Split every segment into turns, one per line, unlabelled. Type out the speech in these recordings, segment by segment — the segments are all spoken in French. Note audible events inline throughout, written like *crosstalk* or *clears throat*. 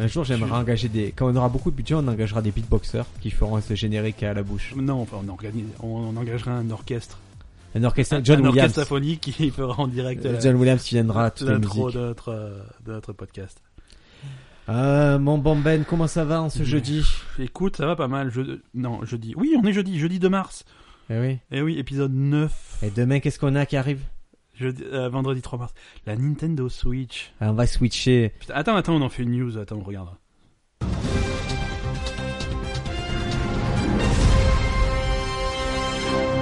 Un jour, j'aimerais
Tu-
engager des. Quand on aura beaucoup de budget, on engagera des beatboxers qui feront ce générique à la bouche.
Non, enfin, on, organise- on- on engagera un orchestre.
Un orchestre, John
un
Williams.
orchestre symphonique qui *laughs* fera en direct
Euh,
euh,
John Williams qui viendra à toutes les
l'intro
musiques.
de notre, euh, de notre podcast.
Euh, mon bon Ben, comment ça va en ce
Mais-
jeudi
Écoute, ça va pas mal. Je... Non, jeudi. Oui, on est jeudi, jeudi 2 mars.
Eh oui.
Eh oui, épisode 9.
Et demain, qu'est-ce qu'on a qui arrive
Jeudi- euh, vendredi 3 mars. La Nintendo Switch.
Ah, On va switcher.
Putain, attends, attends, on en fait une news. Attends, on regardera.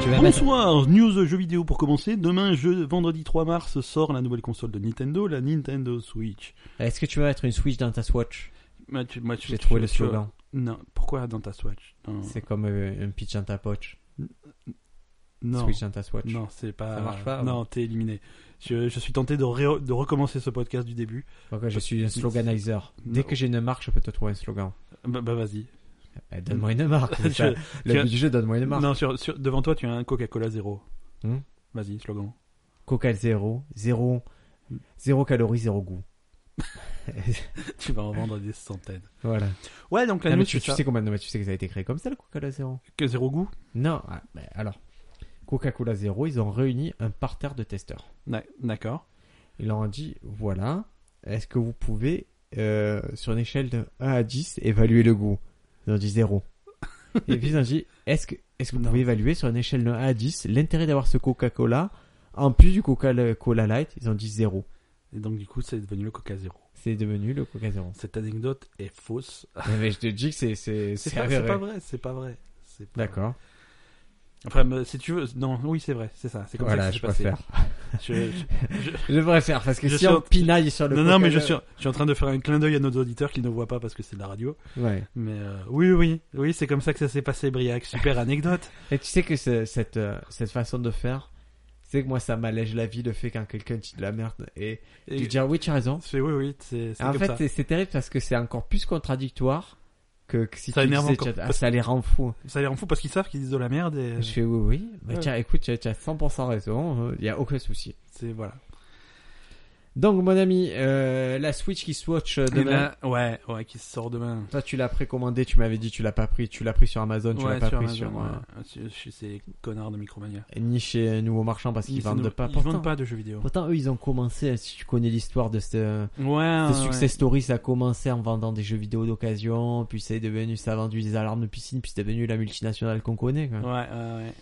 Tu vas mettre-
Bonsoir, news jeux vidéo pour commencer. Demain, jeu, vendredi 3 mars, sort la nouvelle console de Nintendo, la Nintendo Switch.
Est-ce que tu vas mettre une Switch dans ta Swatch
Moi, tu- moi, tu-
J'ai
tu-
trouvé le
tu-
slogan.
Non, pourquoi dans ta Switch Non,
C'est comme euh, un pitch dans ta poche.
non,
Switch dans ta Swatch.
non, c'est pas.
Ça marche pas, ah
Non, t'es éliminé. Je, je suis tenté de, ré- de recommencer ce podcast du début.
Pourquoi je suis un sloganizer. Dès
Non.
que j'ai une marque, je peux te trouver un slogan.
Bah, bah, vas-y.
Eh ben, donne-moi une
*laughs*
marque. c'est ça.
Je-
Le
je-
but du jeu, donne-moi une marque.
Non, sur, sur- devant toi, tu as un Coca-Cola zéro.
Hmm.
Vas-y, slogan.
Coca zéro, zéro, zéro calories, zéro goût.
tu vas en vendre des centaines.
Voilà.
Ouais, donc la
Non, Ah, mais
news,
tu,
c'est
tu
ça.
sais combien de mais tu sais que ça a été créé comme ça le Coca-Cola zéro
que zéro goût.
Non, ah, ben, alors Coca-Cola zéro, ils ont réuni un parterre de testeurs.
Ouais, D'accord.
Ils leur ont dit voilà, est-ce que vous pouvez euh, sur une échelle de 1 à 10 évaluer le goût Ils ont dit zéro. Et puis ils ont dit est-ce que est-ce que vous
Non.
pouvez évaluer sur une échelle de 1 à 10 l'intérêt d'avoir ce Coca-Cola en plus du Coca-Cola Light Ils ont dit zéro.
Et donc, du coup, c'est devenu le Coca zéro.
C'est devenu le Coca zéro.
Cette anecdote est fausse. Ah,
*laughs* Mais- Mais je te dis que c'est c'est
C'est
c'est
pas, c'est
vrai.
pas vrai, c'est pas vrai. C'est pas-
D'accord.
Enfin, me- si tu veux, non, oui, c'est vrai, c'est ça. C'est comme
Voilà,
ça
je
que ça s'est
préfère.
passé. Je- je- je-
Je préfère parce que
Je
si
suis
on
en-
pinaille sur le
non, non, mais je
Coca-Cola-
suis, je suis en train de faire un clin d'œil à nos auditeurs qui ne voient pas parce que c'est de la radio.
Ouais.
Mais euh, oui, oui, oui, c'est comme ça que ça s'est passé,
*laughs*
Briac. Super anecdote.
Et tu sais que ce- cette, euh, cette façon de faire, c'est que moi ça m'allège la vie le fait quand quelqu'un dit de la merde et,
Et-
de dire oui tu as raison.
c'est oui, oui, c'est c'est
En
comme
fait
ça.
c'est- c'est terrible parce que c'est encore plus contradictoire que, que si
Ça
tu
énerve
disais,
encore.
tiens, ah, ça les rend fous.
Ça les rend fous parce qu'ils savent qu'ils disent de la merde et
Je fais oui oui, bah
ouais.
tiens écoute tu as, tu as 100% raison, il n'y a aucun souci.
c'est voilà.
Donc mon ami, euh, la Switch qui swatch euh,
Et
demain,
là, ouais, ouais, qui sort demain.
toi tu l'as précommandé, tu m'avais dit tu l'as pas pris, tu l'as pris sur Amazon, tu
ouais,
l'as pas
sur
pris
Amazon,
sur...
ouais. Sur- sur ces connards de Micromania.
euh, ni chez un nouveau marchand parce qu'ils vendent
ne-
pas.
Ils
Pourtant-
vendent pas de jeux vidéo.
Pourtant, eux, ils ont commencé, euh, si tu connais l'histoire de ce,
Ouais,
ce
Ah, ouais,
success story, ça a commencé en vendant des jeux vidéo d'occasion, puis c'est devenu, ça a vendu des alarmes de piscine, puis c'est devenu la multinationale qu'on connaît, quoi.
Ouais, ouais, ouais.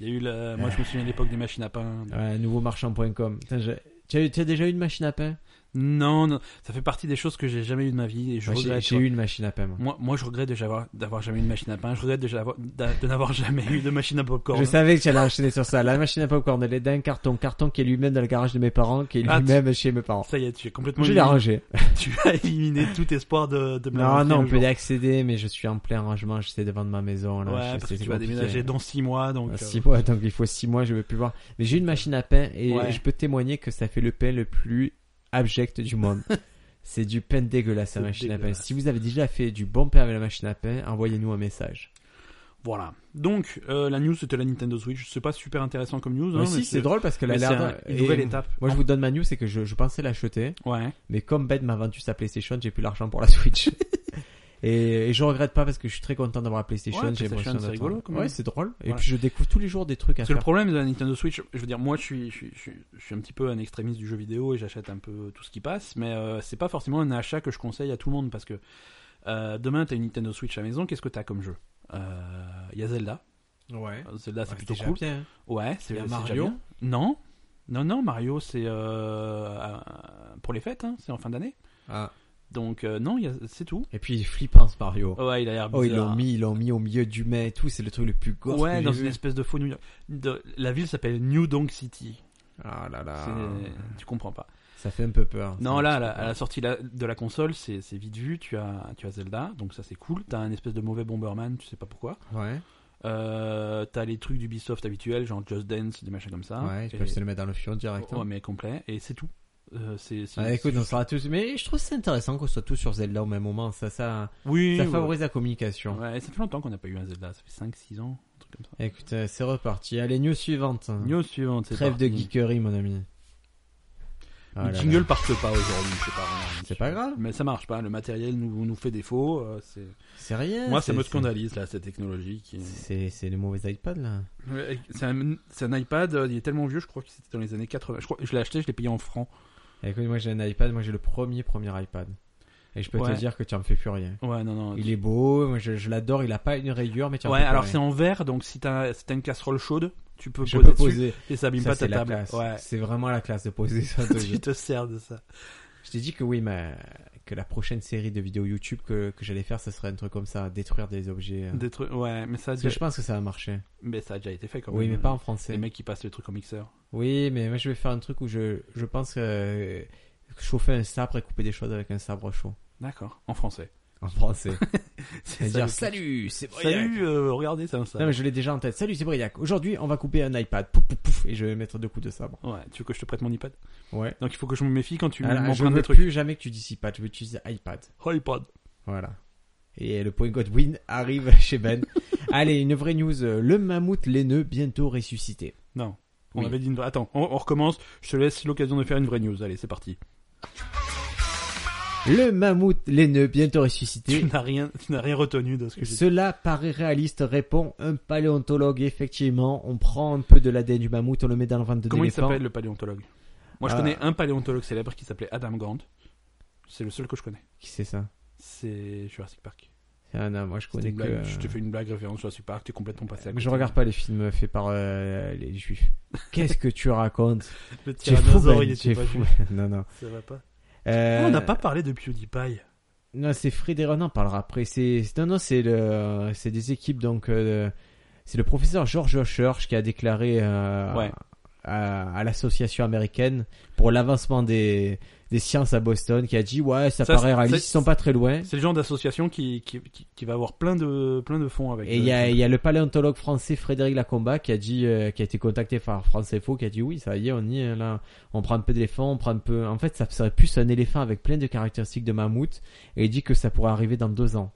Il y a eu le... Moi, je me souviens de l'époque des machines à pain.
Ouais, nouveaumarchand.com. Putain, je- Tu as, eu- tu as déjà eu une machine à pain
Non, non, ça fait partie des choses que j'ai jamais eu de ma vie et je
Moi, J'ai
regrette. Mm.
j'ai
quoi.
eu une machine à pain, moi.
Moi, moi, je regrette déjà avoir- d'avoir jamais eu de machine à pain. Je regrette déjà avoir- d'a- de n'avoir *laughs* jamais eu de machine à popcorn.
Je savais que j'allais enchaîner sur ça. La machine à popcorn, elle est d'un carton. Carton qui est lui-même dans le garage de mes parents, qui est
Ah, tu-
lui-même chez mes parents.
Ça y est, tu es complètement.
Je l'ai
éliminé.
rangé.
*laughs* Tu as éliminé tout espoir de. de me
Non,
l'inviter
non,
un
on peut
jour.
y accéder, mais je suis en plein rangement. J'essaie de vendre ma maison. Là.
Ouais,
Je-
parce
c'est-
que tu
c'est
vas
compliqué.
déménager dans 6 mois, donc. euh,
6 mois, donc il faut 6 mois, je veux plus voir. Mais j'ai une machine à pain et
Ouais.
je peux témoigner que ça fait le pain le plus abject du
*laughs*
monde. c'est du pain dégueulasse la
C'est
machine à pain.
dégueulasse.
Si vous avez déjà fait du bon pain avec la machine à pain, envoyez-nous un message.
Voilà. Donc, euh, la news, c'était la Nintendo Switch. C'est pas super intéressant comme news. hein,
mais si,
mais
c'est drôle parce que la
mais c'est
l'air
un- une nouvelle
et-
étape.
Moi, je vous donne ma news, c'est que je, je pensais l'acheter,
Ouais.
mais comme Ben m'a vendu sa PlayStation, j'ai plus l'argent pour la
*laughs*
Switch. Et, et je regrette pas parce que je suis très content d'avoir la PlayStation.
Ouais,
j'ai
PlayStation,
l'impression
c'est
d'être-
rigolo, quand même.
Ouais, c'est drôle. Et
Voilà.
puis je découvre tous les jours des trucs à
Parce que
faire.
le problème de la Nintendo Switch, je veux dire, moi je suis, je suis, je suis, je suis un petit peu un extrémiste du jeu vidéo et j'achète un peu tout ce qui passe, mais euh, c'est pas forcément un achat que je conseille à tout le monde parce que euh, demain t'as une Nintendo Switch à la maison, qu'est-ce que t'as comme jeu Euh, Il y a Zelda,
Ouais.
Zelda Ah, c'est
Ouais,
plutôt
déjà
cool.
bien.
Ouais, c'est
Il y a
c'est déjà
Mario.
bien. Non, non, non, Mario c'est euh, euh, pour les fêtes, hein, c'est en fin d'année.
Ah.
Donc euh, non, il y a- c'est tout.
Et puis il est flippant ce Mario.
Ouais, il a l'air
Oh, ils l'ont
bizarre.
mis, ils l'ont mis au milieu du mai et tout, c'est le truc le plus gore.
Ouais,
que
dans
j'ai
une
vu.
espèce de faux New York. De- la ville s'appelle New Donk City.
Ah là là.
C'est- Tu comprends pas.
Ça fait un peu peur.
Non,
Ça
là,
fait
à la,
peur.
à la sortie la- de la console, c'est c'est vite vu. Tu as, tu as Zelda, donc ça c'est cool. T'as un espèce de mauvais Bomberman, tu sais pas pourquoi.
Ouais,
Euh, T'as les trucs d'Ubisoft habituels, genre Just Dance, des machins comme ça.
ouais, ils
hein, Et-
peuvent se le mettre dans le fion direct. hein.
ouais, mais complet. Et c'est tout. Euh, c'est- c'est-
Ah, écoute,
c'est-
on sera tous. Mais je trouve c'est intéressant qu'on soit tous sur Zelda au même moment. Ça, ça,
oui,
ça
ouais.
favorise la communication.
Ouais, ça fait longtemps qu'on n'a pas eu un Zelda. Ça fait 5-6 ans, un truc comme ça.
Écoute, euh, c'est reparti. Allez, news suivante.
News suivante. c'est
Trêve de
parti.
geekery, mon ami. Ah
les
là
jingles
là.
partent pas aujourd'hui, c'est pas grave.
C'est pas grave.
Mais ça marche pas, le matériel nous, nous fait défaut. euh, Ah, c'est-
C'est rien.
Moi,
c'est-
ça me scandalise, là, cette technologie. qui-
C'est c'est les mauvais iPads là.
Ouais, C'est un, c'est un iPad, euh, il est tellement vieux, je crois que c'était dans les années 80. Je, crois, je l'ai acheté, je l'ai payé en francs.
Écoute, moi j'ai un iPad, moi j'ai le premier premier iPad. Et je peux
Ouais.
te dire que tu en fais plus rien.
Ouais, non, non.
Il est beau, moi je, je l'adore, il a pas une rayure, mais tu en
ouais,
fais plus
alors
rien.
c'est en verre, donc si t'as si t'as une casserole chaude, tu peux
Je
poser,
peux
dessus
poser.
et ça abîme
Ça,
pas ta
c'est la
table.
classe.
Ouais.
C'est vraiment la classe de poser ça.
*laughs*
de-
tu te sers de ça.
je t'ai dit que oui, mais que la prochaine série de vidéos YouTube que, que j'allais faire, ça serait un truc comme ça, détruire des objets. euh.
Des trucs, ouais, mais ça, a
Parce que
déjà...
je pense que ça va marcher.
mais ça a déjà été fait quand
Oui,
même. euh,
mais pas en
Les
français.
mecs qui passent le truc au mixeur.
Oui, mais moi je vais faire un truc où je, je pense euh, chauffer un sabre et couper des choses avec un sabre chaud.
D'accord, en français. *laughs*
En français.
C'est
Et
ça,
dire
le-
salut, c'est Briac.
Salut, euh, regardez ça. ça.
Non, mais je l'ai déjà en tête. Salut, c'est Briac. Aujourd'hui, on va couper un iPad. Pouf, pouf, pouf. Et je vais mettre deux coups de sabre.
Ouais, tu veux que je te prête mon iPad
Ouais.
Donc il faut que je me méfie quand tu
Alors, Ah, je
m'empruntes
ne veux
des trucs.
plus jamais que tu dis iPad. Je veux utiliser iPad.
Oh, iPad.
Voilà. Et le point Godwin arrive *laughs* chez Ben. Allez, une vraie news. Le mammouth laineux bientôt ressuscité.
Non. On
Oui.
avait dit une vraie. Attends, on, on recommence. Je te laisse l'occasion de faire une vraie news. Allez, c'est parti.
Le mammouth laineux bientôt
Tu
ressuscité.
n'as rien, tu n'as rien retenu de ce que j'ai dit.
Cela paraît réaliste, répond un paléontologue. Effectivement, on prend un peu de l'ADN du mammouth, on le met dans le ventre de
Comment il
l'éléphant.
s'appelle le paléontologue Moi, je
Ah.
connais un paléontologue célèbre qui s'appelait Adam Grant. C'est le seul que je connais.
Qui c'est ça
C'est Jurassic Park.
Ah non, moi je
C'était
connais
une
que.
blague.
euh,
Je te fais une blague référence sur Jurassic Park. T'es complètement passé. à
Mais je
côté.
regarde pas les films faits par euh, les juifs. Qu'est-ce que tu racontes
Le
Tu es fou,
*laughs* tyrannosaure,
Ben,
il
tu es
était pas
fou.
vu.
*laughs* Non, non.
Ça va pas.
Euh,
On n'a pas parlé de PewDiePie.
Non, c'est Frédéric. On en parlera après. C'est c'est- non, non, c'est le, c'est des équipes donc. euh, c'est le professeur George Church qui a déclaré euh,
Ouais.
à, à l'association américaine pour l'avancement des, des sciences à Boston qui a dit ouais ça,
Ça,
paraît
c'est-
réaliste,
c'est-
ils sont pas très loin.
C'est le genre d'association qui, qui, qui, qui va avoir plein de, plein de fonds avec.
Et
euh,
il y a, il y a le paléontologue français Frédéric Lacomba qui a dit, euh, qui a été contacté par France Info, qui a dit oui, ça y est, on y est là. On prend un peu d'éléphant, on prend un peu. En fait, ça serait plus un éléphant avec plein de caractéristiques de mammouth. Et il dit que ça pourrait arriver dans deux ans.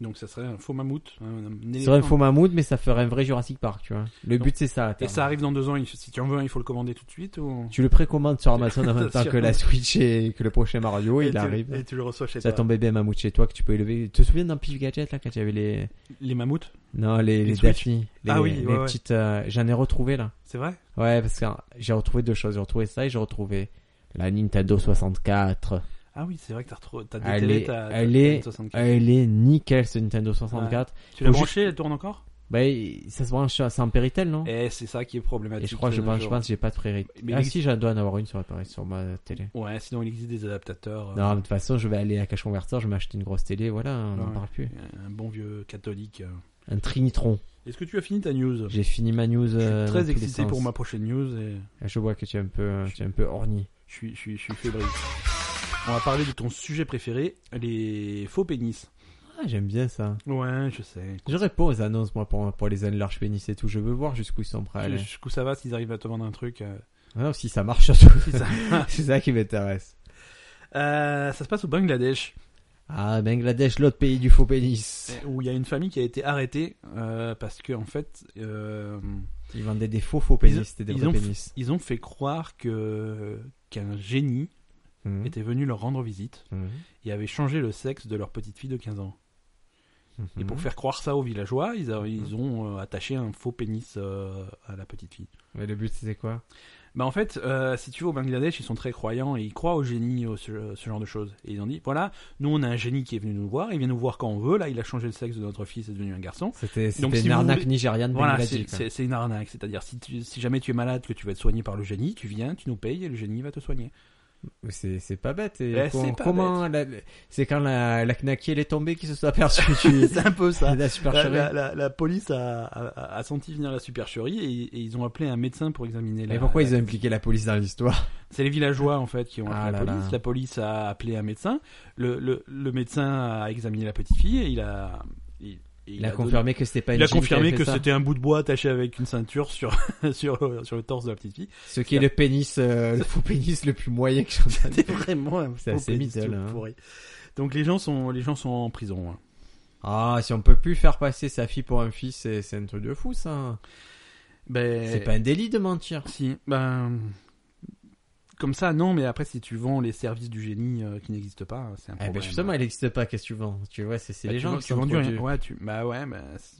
Donc ça serait un faux mammouth. hein, un- un
C'est
éléphant.
un faux mammouth, mais ça ferait un vrai Jurassic Park, tu vois. Le
Donc,
but c'est ça. à
Et
terme.
ça arrive dans deux ans. il- Si tu en veux un, il faut le commander tout de suite ou.
Tu le précommandes
*laughs*
sur Amazon en même
Bien
temps
sûr.
que la Switch et que le prochain Mario,
Et
il
tu-
arrive.
Et tu le reçois chez
T'as
toi.
ton bébé mammouth chez toi que tu peux élever. Tu te souviens d'un Pif Gadget là quand il y avait les
Les mammouths,
non les
Les
les
Switch.
Daphne, les,
Ah oui,
les
ouais, ouais.
petites. euh, J'en ai retrouvé là.
c'est vrai
Ouais, parce que j'ai retrouvé deux choses. J'ai retrouvé ça et j'ai retrouvé la Nintendo 64.
Ah oui, c'est vrai que t'as retrouvé. T'as
Elle
des télés,
est-
t'as. t'as
elle est-
une 64.
Elle est nickel, ce Nintendo 64.
Tu l'as
faut
branché, elle tourne encore
Bah, il- ça se branche, sur- c'est en Péritel, non
Et c'est ça qui est
Et
problématique.
je crois que je
de nos
pense, je
jours.
pense que j'ai pas de Péritel.
Mais il
Ah
existe-
si, j'en dois en avoir une sur, la Péritel, sur ma télé.
Ouais, sinon il existe des adaptateurs. euh,
Non, mais de toute façon, je vais aller à Cache Converteur, je vais m'acheter une grosse télé, voilà, on en
Ouais.
parle plus.
Un bon vieux catholique. euh.
Un Trinitron.
Est-ce que tu as fini ta news
J'ai fini ma news.
Je suis
euh, dans
très
tous les
excité
sens. Ah,
pour ma prochaine news et
Je vois que tu es un peu, tu es un peu orni.
je suis, je suis, je suis fébrile. On va parler de ton sujet préféré, les faux pénis.
Ah, j'aime bien ça.
Ouais, je sais.
Je réponds aux annonces, moi, pour, pour les années large pénis et tout. Je veux voir jusqu'où ils sont prêts à aller.
Jusqu'où ça va s'ils arrivent à te vendre un truc *laughs* euh,
Ah non, si ça marche *laughs* surtout.
si ça...
C'est ça qui m'intéresse.
Euh, ça se passe au Bangladesh,
Ah, Bangladesh, l'autre pays du faux pénis.
où il y a une famille qui a été arrêtée euh, parce que en fait, euh,
Ils vendaient des faux faux pénis,
Ils ont-
c'était des
ils
vrais
ont-
pénis.
ils ont fait croire que qu'un génie
Mhm.
était venu leur rendre visite
Mhm.
et avait changé le sexe de leur petite fille de 15 ans. Et pour
Mhm.
faire croire ça aux villageois, ils, a- ils ont euh, attaché un faux pénis euh, à la petite fille.
Mais le but, c'était quoi
Bah en fait, euh, si tu veux, au Bangladesh, ils sont très croyants et ils croient au génie, au- ce, ce genre de choses. Et ils ont dit, voilà, nous on a un génie qui est venu nous voir, il vient nous voir quand on veut, là il a changé le sexe de notre fils, c'est devenu un garçon.
C'était c'était
Donc,
une
si vous
arnaque
voulez-
nigériane
Voilà,
bangladesh.
c'est-
quoi.
c'est c'est une arnaque. C'est-à-dire, si, tu- si jamais tu es malade, que tu vas être soigné par le génie, tu viens, tu nous payes et le génie va te *laughs* soigner.
C'est c'est pas bête. Et
Eh,
com-
c'est pas
comment la- C'est quand la, la knacky, elle est tombée qui se soit aperçue
*laughs*
du-
un peu
de la
La,
supercherie.
la- la- la police a, a- a senti venir la supercherie et, et ils ont appelé un médecin pour examiner la.
Mais pourquoi
la-
ils ont impliqué la police dans l'histoire
C'est les villageois en fait qui ont appelé
Ah
la
là
police.
là.
La police a appelé un médecin. Le, le, le médecin a examiné la petite fille et il a. Il, il
Il a
donné-
confirmé que c'était pas une
il a
jean qui
confirmé
avait fait
que
ça.
c'était un bout de bois attaché avec une ceinture sur, *laughs* sur, le- sur le torse de la petite fille.
Ce qui est le pénis, euh, le faux pénis le plus moyen que j'en ai.
C'était vraiment un
C'est assez
pauvre
middle,
petit
hein.
pourri. Donc les gens sont, les gens sont en prison. hein.
Ah, si on peut plus faire passer sa fille pour un fils, c'est c'est un truc de fou ça.
Ben,
C'est pas un délit de mentir.
Si, ben. comme ça, non, mais après, si tu vends les services du génie euh, qui n'existent pas, c'est un
Eh
problème.
ben justement, elle n'existe pas, qu'est-ce que tu vends Tu vois, c'est c'est
Bah,
les
tu
gens
vends-
qui
tu
sont
vends du rien.
produits.
Ouais, tu... Bah ouais, bah, c'est-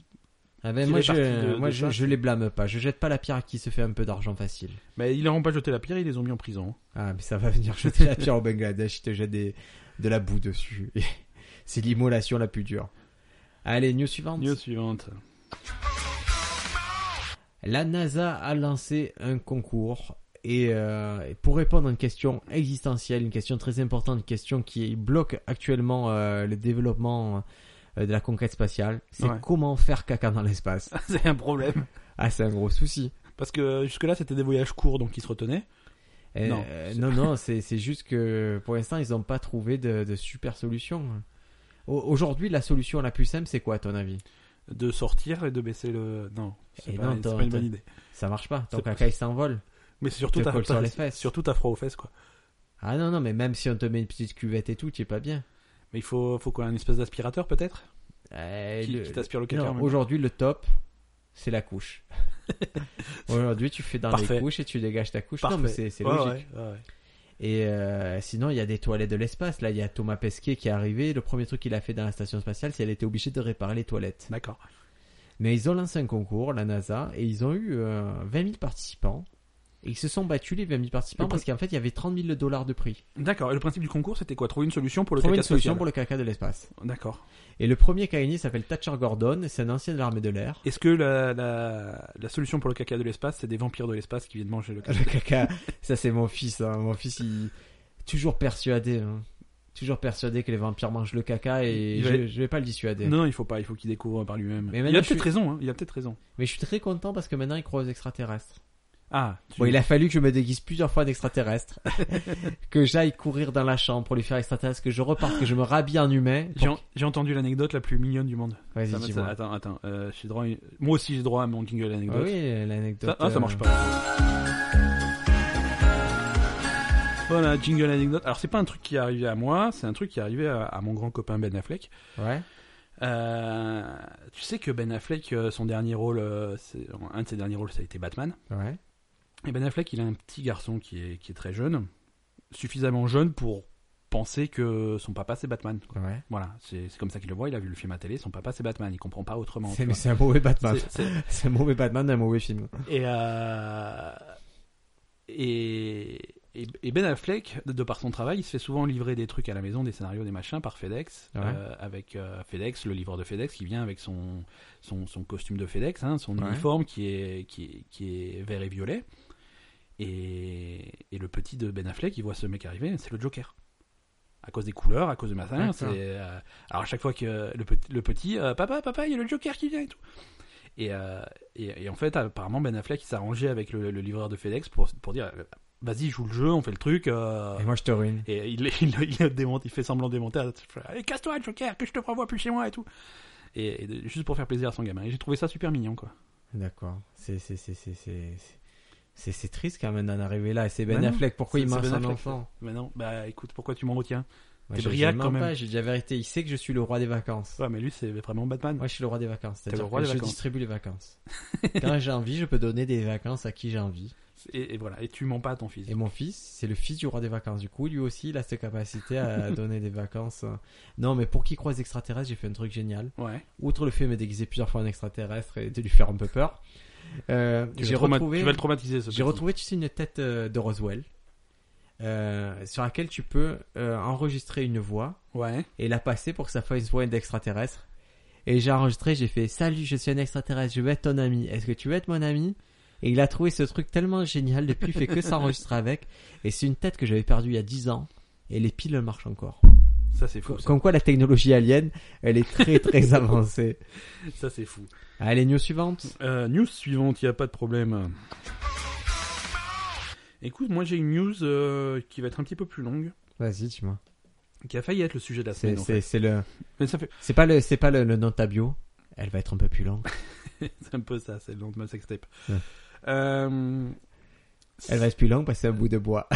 Ah ben,
Qui
moi,
fait partie
je,
de-
moi
de
je,
ça,
je les blâme pas, je jette pas la pierre à qui se fait un peu d'argent facile.
bah, ils leur ont pas jeté la pierre, ils les ont mis en prison.
Ah, mais ça va venir jeter la pierre au Bangladesh, je te jette des, de la boue dessus. *laughs* C'est l'immolation la plus dure. Allez, news suivante.
News *laughs* suivante.
La NASA a lancé un concours et euh, et pour répondre à une question existentielle, une question très importante, une question qui bloque actuellement euh, le développement euh, de la conquête spatiale, c'est
Ouais.
comment faire caca dans l'espace.
c'est un problème.
Ah, c'est un gros souci.
Parce que euh, jusque-là, c'était des voyages courts, donc ils se retenaient.
Euh,
Non.
euh, non, non, c'est c'est juste que pour l'instant, ils n'ont pas trouvé de, de super solution. Au- Aujourd'hui, la solution la plus simple, c'est quoi à ton avis
De sortir et de baisser le. Non, c'est
Et
pas,
non,
c'est
t'as-
pas une
t'as-
bonne idée.
Ça marche pas, ton
C'est-
caca il s'envole.
Mais c'est surtout,
te
t'as
colles sur les fesses.
surtout t'as froid aux fesses, quoi.
Ah non, non, mais même si on te met une petite cuvette et tout, tu es pas bien.
Mais il faut, faut quoi, un espèce d'aspirateur peut-être
Euh,
qui,
le-
qui t'aspire le
Non,
caca. en même temps.
aujourd'hui, le top, c'est la
*laughs*
couche. aujourd'hui, tu fais dans les
Parfait.
couches et tu dégages ta couche. Non,
Parfait.
mais c'est c'est
Ouais,
logique.
ouais, ouais, ouais.
Et euh, sinon, il y a des toilettes de l'espace. Là, il y a Thomas Pesquet qui est arrivé. Le premier truc qu'il a fait dans la station spatiale, c'est qu'elle était obligée de réparer les toilettes.
D'accord.
Mais ils ont lancé un concours, la NASA, et ils ont eu euh, 20 000 participants. Et ils se sont battus, les 20 000 participants,
Le
parce qu'en fait, il y avait 30 000 dollars de prix.
D'accord. Et le principe du concours, c'était quoi Trouver une solution pour le
Trouver une
caca
solution pour
spatial.
le caca de l'espace.
D'accord.
Et le premier qui a gagné s'appelle Thatcher Gordon, c'est un ancien de l'armée de l'air.
Est-ce que la, la, la solution pour le caca de l'espace, c'est des vampires de l'espace qui viennent manger le caca
Le caca, ça c'est mon fils. hein. Mon fils, il toujours persuadé, hein. toujours persuadé que les vampires mangent le caca et
Il
je,
va-
je vais pas le dissuader.
Non, non, il faut pas. Il faut qu'il découvre par lui-même.
Mais
Il
maintenant,
a
je
peut-être
suis-
raison. hein, Il a peut-être raison.
Mais je suis très content parce que maintenant il croit aux extraterrestres.
Ah. tu-
Bon, il a fallu que je me déguise plusieurs fois en
*laughs*
extraterrestre, que j'aille courir dans la chambre pour lui faire extraterrestre, que je reparte, que je me rhabille en humain.
J'ai en- j'ai entendu l'anecdote la plus mignonne du monde. Ça
Vas-y,
m'a- ça-
dis-moi.
attends, attends. euh, j'ai droit à une- Moi aussi, j'ai droit à mon jingle
Ah
anecdote.
oui, l'anecdote.
Ça, ah, ça
euh,
marche pas. Voilà, jingle anecdote. Alors, c'est pas un truc qui est arrivé à moi, c'est un truc qui est arrivé à, à mon grand copain Ben Affleck.
Ouais.
Euh, tu sais que Ben Affleck, euh, son dernier rôle, euh, c'est- un de ses derniers rôles, ça a été Batman.
Ouais.
Et Ben Affleck, il a un petit garçon qui est, qui est très jeune, suffisamment jeune pour penser que son papa c'est Batman. quoi.
Ouais.
Voilà, c'est c'est comme ça qu'il le voit. Il a vu le film à télé, son papa c'est Batman, il comprend pas autrement.
C'est
tu
mais
vois.
c'est un mauvais Batman.
C'est- c'est-
C'est un mauvais Batman d'un mauvais film.
Et, euh, et, et- et Ben Affleck, de, de par son travail, il se fait souvent livrer des trucs à la maison, des scénarios, des machins, par FedEx.
Ouais.
euh, avec euh, FedEx, le livreur de FedEx, qui vient avec son, son, son costume de FedEx, hein, son
Ouais.
uniforme qui est, qui, est- qui est vert et violet. Et, et le petit de Ben Affleck, il voit ce mec arriver, c'est le Joker. À cause des couleurs, à cause de machin.
D'accord.
c'est, euh, alors à chaque fois que le, petit- le petit, euh, papa, papa, il y a le Joker qui vient et tout. Et, euh, et, et en fait, apparemment, Ben Affleck il s'est arrangé avec le, le livreur de FedEx pour, pour dire euh, vas-y, joue le jeu, on fait le truc. euh.
Et moi, je te ruine.
et il, *laughs* il, il, le démonte, il fait semblant de démonter. Allez, casse-toi, Joker, que je te revois plus chez moi et tout. Et, et juste pour faire plaisir à son gamin. Et j'ai trouvé ça super mignon, quoi.
D'accord. C'est c'est c'est c'est c'est c'est- c'est c'est triste quand même d'en arriver là. Et C'est Ben
Bah non.
Affleck. Pourquoi
C'est-
il
c'est
mange
Ben
son
Affleck.
enfant
Maintenant, bah écoute, pourquoi tu m'en retiens
Moi,
T'es
je- je
briaque,
mens
quand même.
pas, J'ai dit la vérité. Il sait que je suis le roi des vacances.
Ouais, mais lui, c'est vraiment Batman.
Moi, je suis le roi des vacances.
le
C'est-à-dire
roi
que
des
je
vacances.
distribue les
*laughs*
vacances. quand j'ai envie, je peux donner des vacances à qui j'ai envie.
Et, et voilà, et tu mens pas à ton fils.
Et mon fils, c'est le fils du roi des vacances. Du coup, lui aussi, il a cette capacité
*laughs*
à donner des vacances. Non, mais pour qu'il croise extraterrestre, j'ai fait un truc génial.
Ouais.
Outre le fait de me déguiser plusieurs fois en extraterrestre et de lui faire un peu peur, euh,
Tu,
j'ai
vas trauma-
retrouvé.
tu vas le traumatiser, ce
J'ai
petit.
retrouvé, tu sais, une tête euh, de Roswell euh, sur laquelle tu peux euh, enregistrer une voix
Ouais.
et la passer pour que ça fasse une voix d'extraterrestre. Et j'ai enregistré, j'ai fait Salut, je suis un extraterrestre, je veux être ton ami. Est-ce que tu veux être mon ami Et il a trouvé ce truc tellement génial depuis, il fait que s'enregistrer avec. Et c'est une tête que j'avais perdue il y a 10 ans. Et les piles marchent encore.
Ça, c'est fou. ça.
Comme quoi la technologie alien, elle est très *laughs* très avancée.
ça c'est fou.
Allez, news suivante.
Euh, news suivante, il n'y a pas de problème. Écoute, moi j'ai une news euh, qui va être un petit peu plus longue,
Vas-y, dis-moi.
qui a failli être le sujet de la
C'est
semaine. en fait.
c'est- c'est le,
Mais ça fait *laughs*
c'est pas le, c'est pas le, le nom de ta bio. Elle va être un peu plus longue.
c'est un peu ça, c'est le nom de ma sextape.
Ouais.
Euh,
Elle va être plus longue parce que c'est un bout de *laughs* bois.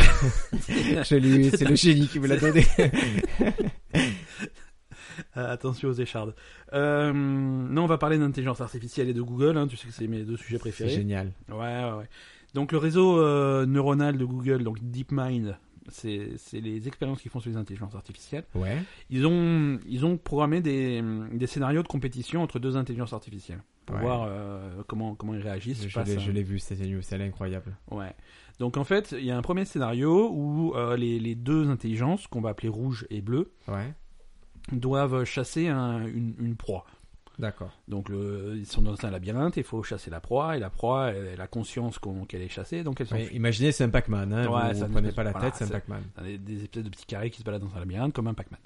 Je lui- c'est le génie qui me l'a donné.
euh, attention aux échardes. Euh, non, on va parler d'intelligence artificielle et de Google, hein, tu sais que c'est mes deux sujets
C'est
préférés.
génial.
Ouais, ouais, ouais. Donc le réseau euh, neuronal de Google, donc DeepMind, c'est c'est les expériences qu'ils font sur les intelligences artificielles.
Ouais.
Ils ont, ils ont programmé des, des scénarios de compétition entre deux intelligences artificielles pour
Ouais.
voir euh, comment, comment ils réagissent.
Je
face
l'ai-
à-
je l'ai vu cette news, elle est incroyable.
Ouais. Donc en fait, il y a un premier scénario où euh, les, les deux intelligences, qu'on va appeler rouge et bleu,
Ouais.
doivent chasser un- une, une proie.
D'accord.
Donc le- ils sont dans un labyrinthe, il faut chasser la proie, et la proie, elle, elle a conscience qu'on- qu'elle est chassée, donc elle
Ouais,
s'enfuit.
imaginez, c'est un Pac-Man. Hein,
Ouais,
vous
ça
vous
nous
prenez
fait-
pas la
voilà,
tête, c'est un
c'est-
Pac-Man.
Des, des espèces de petits carrés qui se baladent dans un labyrinthe comme un Pac-Man.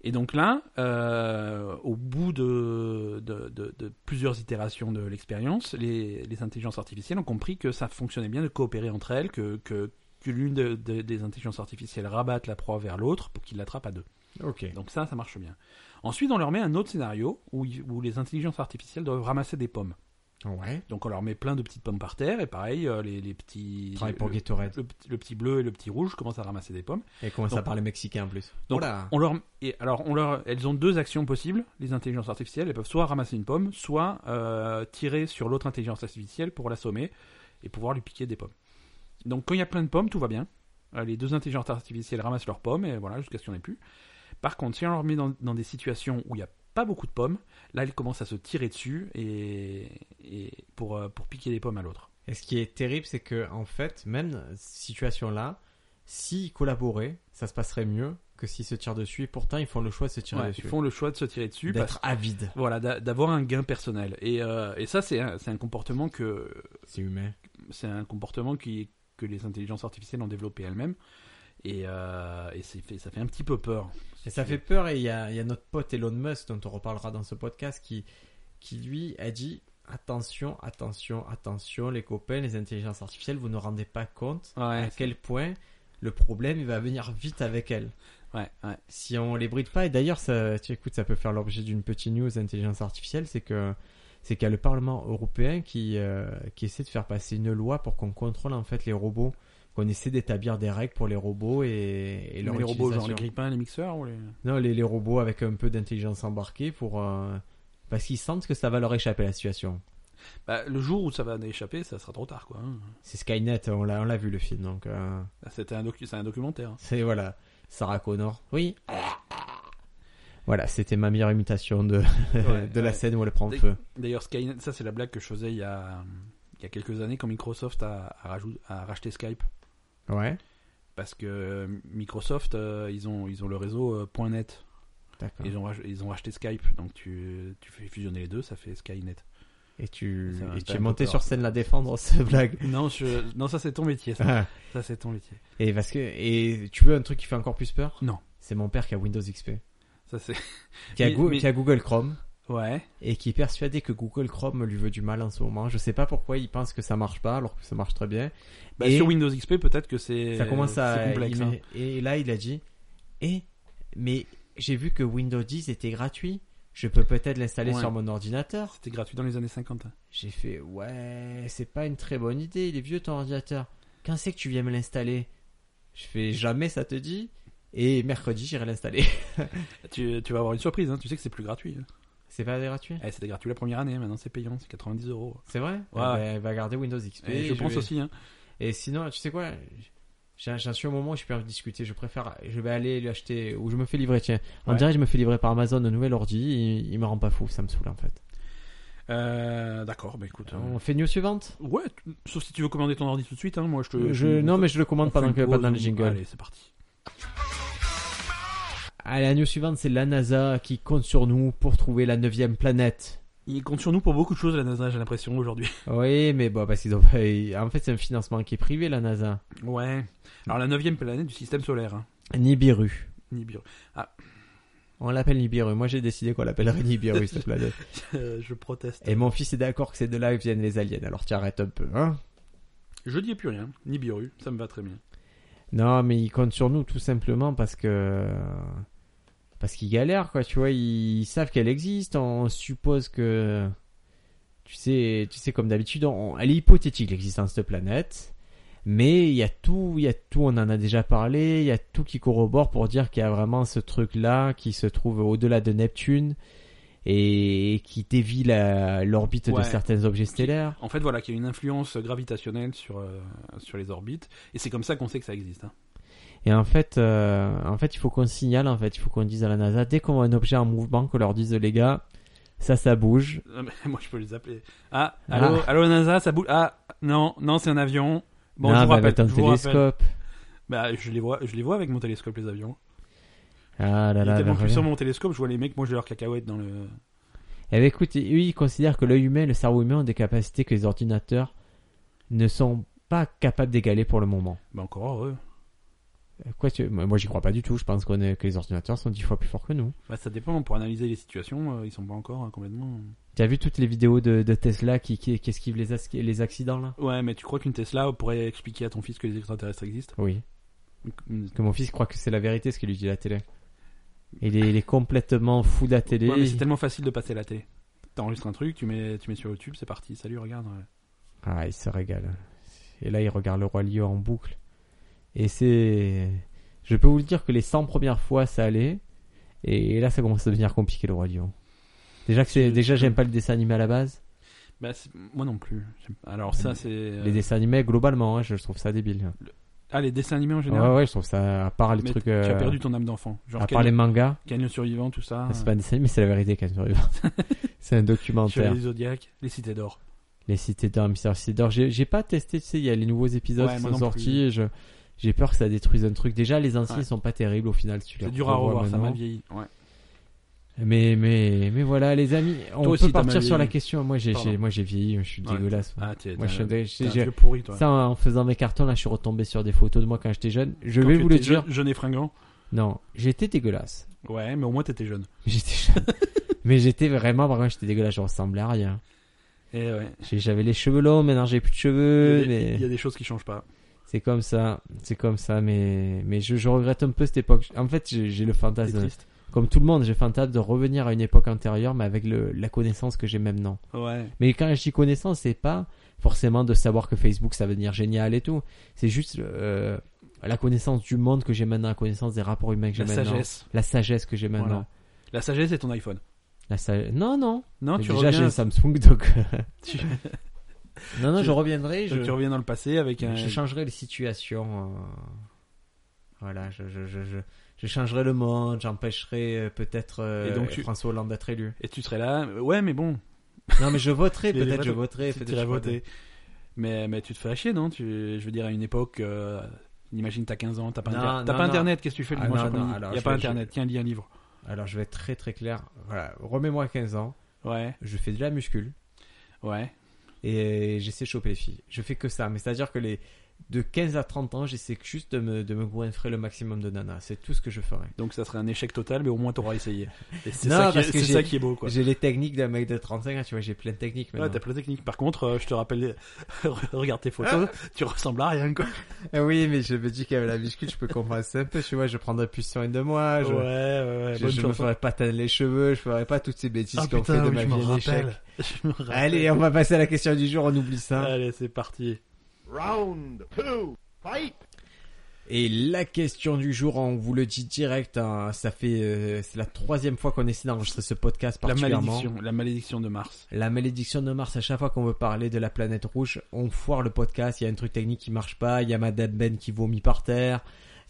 Et donc là, euh, au bout de, de- de- de plusieurs itérations de l'expérience, les, les intelligences artificielles ont compris que ça fonctionnait bien de coopérer entre elles, que, que, que l'une de- de- des intelligences artificielles rabatte la proie vers l'autre pour qu'il l'attrape à deux.
Ok.
Donc ça, ça marche bien. Ensuite, on leur met un autre scénario où, ils- où les intelligences artificielles doivent ramasser des pommes.
Ouais.
Donc on leur met plein de petites pommes par terre et pareil, euh, les, les petits...
Travail pour
le-
Gatorade.
le petit- le petit bleu et le petit rouge commencent à ramasser des pommes.
Et comment ça
Donc-
parle mexicain en plus
Donc,
Voilà.
On leur, et alors, on leur, elles ont deux actions possibles, les intelligences artificielles. Elles peuvent soit ramasser une pomme, soit euh, tirer sur l'autre intelligence artificielle pour l'assommer et pouvoir lui piquer des pommes. Donc, quand il y a plein de pommes, tout va bien. Euh, les deux intelligences artificielles ramassent leurs pommes et voilà, jusqu'à ce qu'il n'y en ait plus. Par contre, si on leur met dans, dans des situations où il n'y a pas beaucoup de pommes, là, elles commencent à se tirer dessus et, et pour, euh, pour piquer des pommes à l'autre.
Et ce qui est terrible, c'est que en fait, même dans cette situation-là, s'ils collaboraient, ça se passerait mieux que s'ils se tirent dessus. Et pourtant, ils font le choix de se tirer
Ouais, ils
dessus.
font le choix de se tirer dessus parce
D'être avides.
voilà, d'a- d'avoir un gain personnel. Et, euh, et ça, c'est un, c'est un comportement que
C'est humain.
c'est un comportement qui que les intelligences artificielles ont développé elles-mêmes. Et, euh, et c'est fait, ça fait un petit peu peur.
Et ça fait peur. Et il y a, il y a notre pote Elon Musk, dont on reparlera dans ce podcast, qui, qui lui a dit attention, attention, attention, les copains, les intelligences artificielles, vous ne rendez pas compte à
Ouais,
quel point le problème il va venir vite avec elles.
ouais, ouais.
si on les bride pas et d'ailleurs ça tu écoutes ça peut faire l'objet d'une petite news intelligence artificielle c'est que c'est qu'il y a le Parlement européen qui euh, qui essaie de faire passer une loi pour qu'on contrôle en fait les robots qu'on essaie d'établir des règles pour les robots et, et leur
Mais les robots, genre les
utilisation.
grippins, les mixeurs ou les...
non les, les robots avec un peu d'intelligence embarquée pour euh, parce qu'ils sentent que ça va leur échapper la situation
Bah, le jour où ça va échapper, ça sera trop tard, quoi. hein.
c'est Skynet on l'a on l'a vu le film donc euh,
Là, C'était un docu- c'est un documentaire. hein.
*laughs* c'est voilà Sarah Connor oui voilà c'était ma meilleure imitation de *laughs*
Ouais,
de la
ouais.
scène où elle prend
Dès-
feu
D'ailleurs, Skynet, ça c'est la blague que je faisais il y a, il y a quelques années quand Microsoft a, a rajout- a racheté Skype.
ouais
Parce que euh, Microsoft, euh, ils, ont, ils ont le réseau euh, point .net.
D'accord.
Ils ont, rach- ils ont racheté Skype. Donc tu, tu fais fusionner les deux, ça fait Skynet.
Et tu,
Ça m'a
et
fait
tu
un
es
peu
monté
peur.
sur scène la défendre, ce *laughs* blague.
Non, je... non ça c'est ton métier. Ça,
Ah.
Ça, c'est ton métier.
et parce que, et tu veux un truc qui fait encore plus peur?
Non.
C'est mon père qui a Windows XP.
Ça c'est.
Qui a,
Mais-
Goo-
mais-
qui a Google Chrome.
*laughs* Ouais.
Et qui est persuadé que Google Chrome lui veut du mal en ce moment. Je sais pas pourquoi il pense que ça marche pas alors que ça marche très bien.
Bah,
Et-
Sur Windows XP, peut-être que c'est.
ça commence à,
Euh, C'est complexe.
il
hein.
met- et là il a dit, eh, mais j'ai vu que Windows 10 était gratuit. Je peux peut-être l'installer
Ouais.
sur mon ordinateur.
C'était gratuit dans les années 50. hein.
J'ai fait ouais, c'est pas une très bonne idée, il est vieux ton ordinateur. Quand c'est que tu viens me l'installer Je fais jamais ça te dit et mercredi j'irai l'installer. *laughs*
Tu, tu vas avoir une surprise. Hein. Tu sais que c'est plus gratuit. hein.
c'est pas gratuit
Eh, c'était gratuit la première année. Maintenant c'est payant. C'est 90 euros.
C'est vrai Eh ben, elle va garder Windows XP.
Et je pense
vais-
aussi. Hein.
Et sinon, tu sais quoi J'ai- J'en suis au moment où je peux en discuter. Je préfère, je vais aller lui acheter ou je me fais livrer. Tiens, on
Ouais.
dirait que je me fais livrer par Amazon un nouvel ordi. Il, il me rend pas fou, ça me saoule en fait.
Euh, D'accord. Bah écoute. euh,
On fait une news suivante
Ouais. t- Sauf si tu veux commander ton ordi tout de suite. Hein. Moi je te.
je,
on
Non,
fait-
mais je le
on
commande
fait
pendant
une
que pendant
pause,
le jingle.
Allez, c'est parti.
Allez, la news suivante, c'est la NASA qui compte sur nous pour trouver la neuvième planète.
Ils comptent sur nous pour beaucoup de choses, la NASA, j'ai l'impression, aujourd'hui.
Oui, mais bon, bah, parce qu'ils ont pas... En fait, c'est un financement qui est privé, la NASA.
Ouais. Alors, la neuvième planète du système solaire, hein.
Nibiru.
Nibiru.
On l'appelle Nibiru. Moi, j'ai décidé qu'on l'appellerait Nibiru, cette *laughs* planète.
Euh, je proteste.
Et mon fils est d'accord que c'est de là que viennent les aliens. Alors, tu arrêtes un peu, hein
Je dis plus rien, ni Biru, ça me va très bien.
Non, mais ils comptent sur nous, tout simplement, parce que... Parce qu'ils galèrent, quoi. Tu vois, ils savent qu'elle existe. On suppose que... Tu sais, tu sais comme d'habitude, on- elle est hypothétique, l'existence de planète. Mais il y a tout, il y a tout, on en a déjà parlé, il y a tout qui corrobore pour dire qu'il y a vraiment ce truc-là qui se trouve au-delà de Neptune et qui dévie la- l'orbite de
Ouais.
certains objets stellaires.
En fait, voilà, qu'il y a une influence gravitationnelle sur, euh, sur les orbites. Et c'est comme ça qu'on sait que ça existe. hein. *laughs*
Et en fait, euh, en fait, il faut qu'on signale, en fait, il faut qu'on dise à la NASA, dès qu'on voit un objet en mouvement, qu'on leur dise, les gars, ça, ça bouge.
Euh, mais Moi, je peux les appeler. Ah, allô, allô NASA, ça boule. Ah, non, non, c'est un avion. Bon,
Non,
je vous
mais
rappelle.
avec un
je vous rappelle.
télescope.
Bah, je les vois, je les vois avec mon télescope les avions.
Ah là
Il est
là,
tellement
ben,
puissant
regarde.
mon télescope, je vois les mecs manger leurs cacahuètes dans le.
Eh ben, écoute, eux, ils considèrent que l'œil humain, et le cerveau humain ont des capacités que les ordinateurs ne sont pas capables d'égaler pour le moment.
Bah encore heureux.
Euh, Quoi, tu... Moi, moi, j'y crois pas du tout. Je pense qu'on est... que les ordinateurs sont dix fois plus forts que nous.
Bah ça dépend. Pour analyser les situations, euh, ils sont pas encore hein, complètement.
T'as vu toutes les vidéos de, de Tesla qui, qui, qui esquivent les, as- les accidents là
Ouais, mais tu crois qu'une Tesla pourrait expliquer à ton fils que les extraterrestres existent
Oui. Que mon fils croit que c'est la vérité ce qu'il lui dit la télé. Il est, il est complètement fou de la télé.
Ouais, mais c'est tellement facile de passer la télé. T'enregistres un truc, tu mets, tu mets sur YouTube, c'est parti. Salut, regarde. ouais.
Ah, il se régale. Et là, il regarde le roi lion en boucle. Et c'est. Je peux vous le dire que les 100 premières fois, ça allait. Et là, ça commence à devenir compliqué le roi lion. Déjà que c'est.
Je-
Déjà, j'aime pas le dessin animé à la base.
Bah, c'est- moi non plus. J'aime pas. Alors ça, c'est. euh,
Les dessins animés, globalement, hein, je trouve ça débile.
Ah, les dessins animés en
Ouais,
général.
ouais, je trouve ça. À part les
Mais
trucs.
Tu as
euh,
perdu ton Ah. âme d'enfant. Genre
À part les mangas.
Canyon survivant, tout ça.
C'est pas un dessin animé, c'est la vérité quand
*laughs*
même. c'est un
Chevalier
documentaire.
du Zodiac, les cités d'or.
Les cités d'or, Mister Cité d'or. J'ai j'ai pas testé, tu sais, il y a les nouveaux épisodes
Ouais,
qui
moi
sont
non plus.
sortis. et je- J'ai peur que ça détruise un truc. Déjà, les anciens
Ouais.
ils sont pas terribles au final. si tu les
C'est dur à
revois
revoir, ça m'a
maintenant.
vieilli. Ouais.
Mais, mais, mais voilà, les amis, on
aussi,
peut
t'as
partir
mal
sur la
vieilli.
question. Moi, j'ai,
Pardon.
j'ai- moi, j'ai vieilli, je suis
Ouais.
dégueulasse.
Ah, t'es
Moi, je suis
t'es
dé-
un
j'ai- j'ai-
vieux pourri, toi.
Ça, en faisant mes cartons, là, je suis retombé sur des photos de moi quand j'étais jeune. Je vais
Quand
vous le
t'étais
dire.
Jeune, jeune et fringant.
Non, j'étais dégueulasse. *laughs*
Ouais, mais au moins t'étais jeune.
J'étais
*laughs*
jeune. mais j'étais vraiment, vraiment, j'étais dégueulasse. Je ressemblais à rien.
Et ouais.
J'ai- J'avais les cheveux longs, maintenant j'ai plus de
Il y,
cheveux.
a des,
Euh, mais...
il y a des choses qui changent pas.
C'est comme ça, c'est comme ça, mais, mais je, je regrette un peu cette époque. En fait, j'ai j'ai le
C'est
fantasme,
triste.
comme tout le monde, j'ai le fantasme de revenir à une époque antérieure, mais avec le, la connaissance que j'ai maintenant.
Ouais.
Mais quand je dis connaissance, c'est pas forcément de savoir que Facebook ça va devenir génial et tout. C'est juste euh, la connaissance du monde que j'ai maintenant, la connaissance des rapports humains que j'ai
La
maintenant,
sagesse.
la sagesse que j'ai maintenant.
Voilà. La sagesse est ton iPhone.
La sa- Non, non.
Non,
Mais
tu
déjà, j'ai
reviens,
un Samsung, donc. euh,
*laughs* tu,
*laughs* non, non,
Tu-
je reviendrai.
donc
je-
tu reviens dans le passé avec un.
Je changerai les situations. euh, Voilà, je, je, je, je, je changerai le monde, j'empêcherai euh, peut-être euh,
Et donc tu-
François Hollande d'être
*laughs*
élu.
Et tu serais là. Ouais, mais bon,
Non, mais je voterai,
Mais les
peut-être je
vrais-
voterai.
tu
peut-être
irais
je
voter. Mais, mais tu te fais chier, non tu, Je veux dire, à une époque, euh, imagine, t'as 15 ans, t'as pas,
Non,
inter- t'as
non,
pas
non.
Internet, qu'est-ce que tu fais le
Ah,
dimanche
non, non,
après-midi
alors,
Il n'y a
je
pas
vais-
Internet, tiens, lis un livre.
Alors, je vais être très très clair. Voilà, remets-moi à 15 ans,
Ouais,
je fais de la muscule
ouais.
et j'essaie de choper les filles. Je fais que ça, mais c'est-à-dire que les. De 15 à 30 ans, j'essaie que juste de me, de me goinfrer le maximum de nanas. C'est tout ce que je ferai.
Donc ça serait un échec total, mais au moins t'auras essayé. Et
*laughs*
c'est
Non,
ça, qui est-
parce que
c'est
j'ai-
ça qui est beau, quoi.
J'ai les techniques d'un mec de 35 ans, hein, tu vois, j'ai plein de techniques
Ouais,
maintenant.
t'as plein de techniques. Par contre, euh, je te rappelle, *laughs* regarde tes photos,
Ah.
tu ressembles à rien, quoi.
Eh oui, mais je me dis qu'avec la muscule, je peux compenser un peu, tu vois, je prendrais plus sur une de moi, Ah, je,
ouais, ouais, ouais,
je,
bonne
je me
chance. hein.
ferais pas teindre les cheveux, je ferais pas toutes ces bêtises
Ah
qu'on fait
putain,
de
oui,
ma
je
vie
me
en échec.
rappelle. *laughs* Je me rappelle.
Allez, hein. on va passer à la question du jour, on oublie ça.
Allez, c'est parti.
Round two, fight!
Et la question du jour, on vous le dit direct, hein, ça fait, euh, c'est la troisième fois qu'on essaie d'enregistrer ce podcast
La
particulièrement.
malédiction, la malédiction de Mars.
La malédiction de Mars, à chaque fois qu'on veut parler de la planète rouge, on foire le podcast, il y a un truc technique qui marche pas, il y a Madame Ben qui vomit par terre,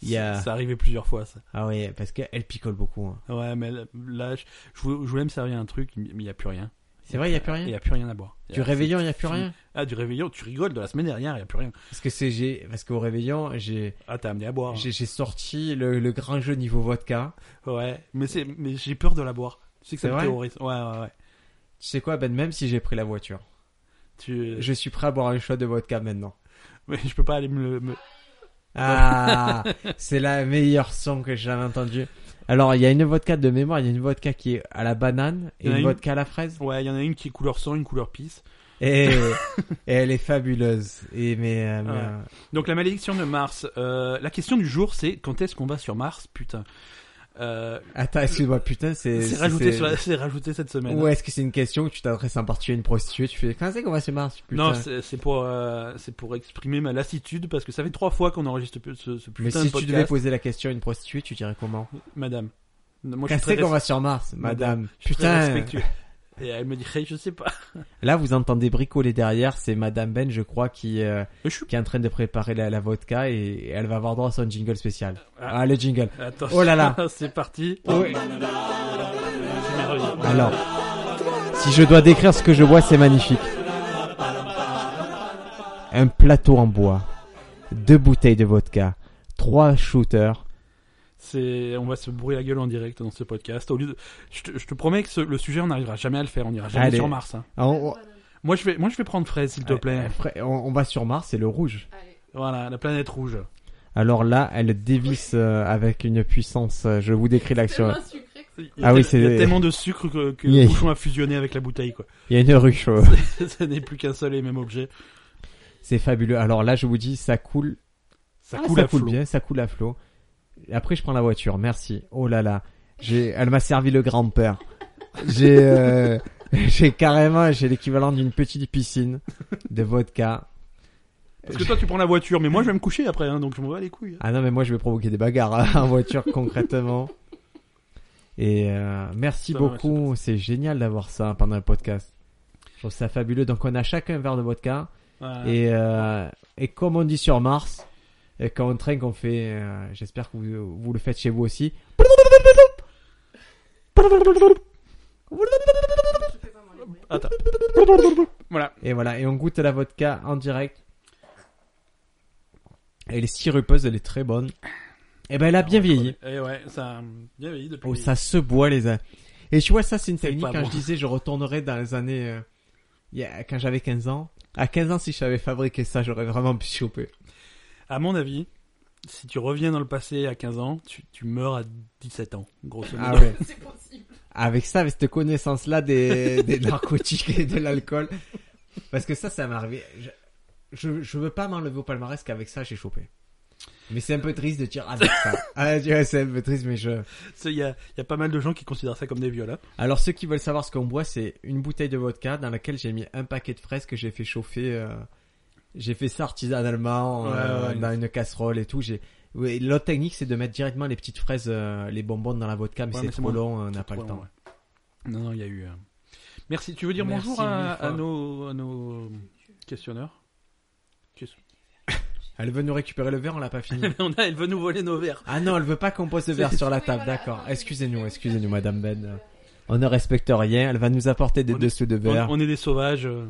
il y a...
Ça arrivait plusieurs fois, ça.
Ah ouais, parce qu'elle picole beaucoup. hein.
Ouais, mais là- là, je, je voulais, je voulais me servir un truc, mais il n'y a plus rien.
C'est vrai, il y a plus
Il n'y
rien
a plus rien à boire.
Du
C'est-
réveillon, il y a plus
fini.
rien
Ah, du réveillon, tu rigoles, de la semaine dernière, il n'y a plus rien.
Parce que c'est j'ai parce qu'au réveillon j'ai
Ah, t'as amené à boire.
j'ai j'ai sorti le, le grand jeu niveau vodka.
Ouais, mais, c'est, mais j'ai peur de la boire. Tu sais que
C'est
ça me
vrai
terrorise. Ouais, ouais, ouais.
Tu sais quoi Ben même si j'ai pris la voiture,
Tu... Je...
je suis prêt à boire un shot de vodka maintenant.
Mais je peux pas aller me le. me- *laughs*
Ah, c'est la meilleure son que j'ai jamais entendue. Alors il y a une vodka de mémoire, il y a une vodka qui est à la banane et
Il y
une,
en a une-
vodka à la fraise.
Ouais, il y en a une qui est couleur sang, une couleur pisse.
Et,
*laughs*
et elle est fabuleuse. Et mais, euh, mais,
Ah Ouais.
euh,
Donc, la malédiction de Mars. Euh, la question du jour, c'est quand est-ce qu'on va sur Mars Putain. Euh,
attends excuse-moi putain c'est
c'est,
c'est-
rajouté
c'est-
sur la- c'est rajouté cette semaine. hein.
Ou est-ce que c'est une question que tu t'adresses en particulier à une prostituée Tu fais quand c'est qu'on va se marrer putain
Non, c'est c'est pour, euh, c'est pour exprimer ma lassitude parce que ça fait trois fois qu'on enregistre ce, ce
Mais
putain
si
de podcast.
tu devais poser la question à une prostituée, tu dirais comment
Madame, Moi, je suis
Cassez
très
qu'on va sur Mars, madame.
Je suis très
Putain.
respectueux. Et elle me dit, hey, je sais pas. *laughs*
Là, vous entendez bricoler derrière. C'est madame Ben, je crois, qui, euh,
Je suis...
qui est en train de préparer la, la vodka et, et elle va avoir droit à son jingle spécial.
Ah.
Ah, le jingle.
Attends,
Oh là là.
*laughs* c'est parti. C'est merveilleux.
Alors, si je dois décrire ce que je vois, c'est magnifique. Un plateau en bois, deux bouteilles de vodka, trois shooters.
C'est, on va se bourrer la gueule en direct dans ce podcast. Au lieu de, je te, je te promets que ce- le sujet, on n'arrivera jamais à le faire. On ira jamais
Allez.
sur Mars. hein.
Ah, on,
Moi, je vais, moi, je vais prendre fraise, s'il te plaît.
Après, on, on va sur Mars, c'est le rouge.
Voilà, la planète rouge.
Alors là, elle dévisse euh, avec une puissance. euh, Je vous décris l'action.
Tellement sucré que
Il y a
Ah oui,
tel- Il y
c'est-
a tellement de sucre que,
*laughs*
que
Yeah.
le bouchon a fusionné avec la bouteille, quoi. *laughs*
Il y a une ruche. euh,
Ce n'est plus qu'un seul et même objet.
C'est fabuleux. Alors là, je vous dis, ça coule.
Ça
Ah,
coule
ça
à
coule
flot.
bien, ça coule à flot. Et Après, je prends la voiture. Merci. Oh là là, j'ai. Elle m'a servi le grand-père. J'ai. euh, *laughs* J'ai carrément. J'ai l'équivalent d'une petite piscine de vodka.
Parce que toi, tu prends la voiture, mais moi, je vais me coucher après, hein, donc je m'en vais les couilles.
Ah non, mais moi, je vais provoquer des bagarres hein, en
*laughs*
voiture concrètement. Et euh, merci
Ça va,
beaucoup. C'est génial d'avoir ça pendant le podcast. Je trouve ça fabuleux. Donc, on a chacun un verre de vodka.
Voilà.
Et, euh, et comme on dit sur Mars, et quand on traîne, qu'on fait, euh, j'espère que vous, vous le faites chez vous aussi.
je fais pas mon livret.
Attends. voilà.
Et voilà, et on goûte la vodka en direct. Elle est sirupeuse, elle est très bonne. Et ben elle a bien vieilli.
Et ouais, ça a bien vieilli depuis.
Oh, ça se boit les uns. Et tu vois, ça c'est une technique
pas
quand
bon.
je disais je retournerai dans les années... euh, il y a- quand j'avais 15 ans. À 15 ans, si j'avais fabriqué ça, j'aurais vraiment pu choper.
À mon avis, si tu reviens dans le passé à 15 ans, tu, tu meurs à 17 ans, grosso modo.
Ah ouais.
C'est possible.
avec ça, avec cette connaissance-là des, *laughs* des narcotiques et de l'alcool. Parce que ça, ça m'est arrivé. Je, je, je veux pas m'enlever au palmarès qu'avec ça, j'ai chopé. Mais c'est un peu triste de dire avec *laughs* ça. Ah, tu vois, c'est un peu triste, mais je...
C'est- *laughs* Il y a, il y a pas mal de gens qui considèrent ça comme des viols. hein.
Alors, ceux qui veulent savoir ce qu'on boit, c'est une bouteille de vodka dans laquelle j'ai mis un paquet de fraises que j'ai fait chauffer. euh, J'ai fait ça artisanalement
Ouais,
euh,
ouais, ouais.
dans une casserole et tout. J'ai... Ouais, l'autre technique, c'est de mettre directement les petites fraises, euh, les bonbons dans la vodka, mais
Ouais,
c'est
mais c'est
trop
moins-
long, on n'a pas
Trop
le
long,
temps.
ouais. Non, non, il y a eu. euh, Merci. Tu veux dire
Merci
bonjour à,
mille fois.
à nos, à nos
*laughs*
questionneurs
Elle veut nous récupérer le verre, Eh ben, on l'a pas
*laughs*
fini.
On a- Elle veut nous voler nos verres.
Ah non, elle veut pas qu'on pose le verre sur la
Oui,
table,
voilà.
d'accord. Excusez-nous, excusez-nous, Madame Ben. On ne respecte rien, elle va nous apporter des
On est-
dessous de
On,
verre.
on est des sauvages. euh.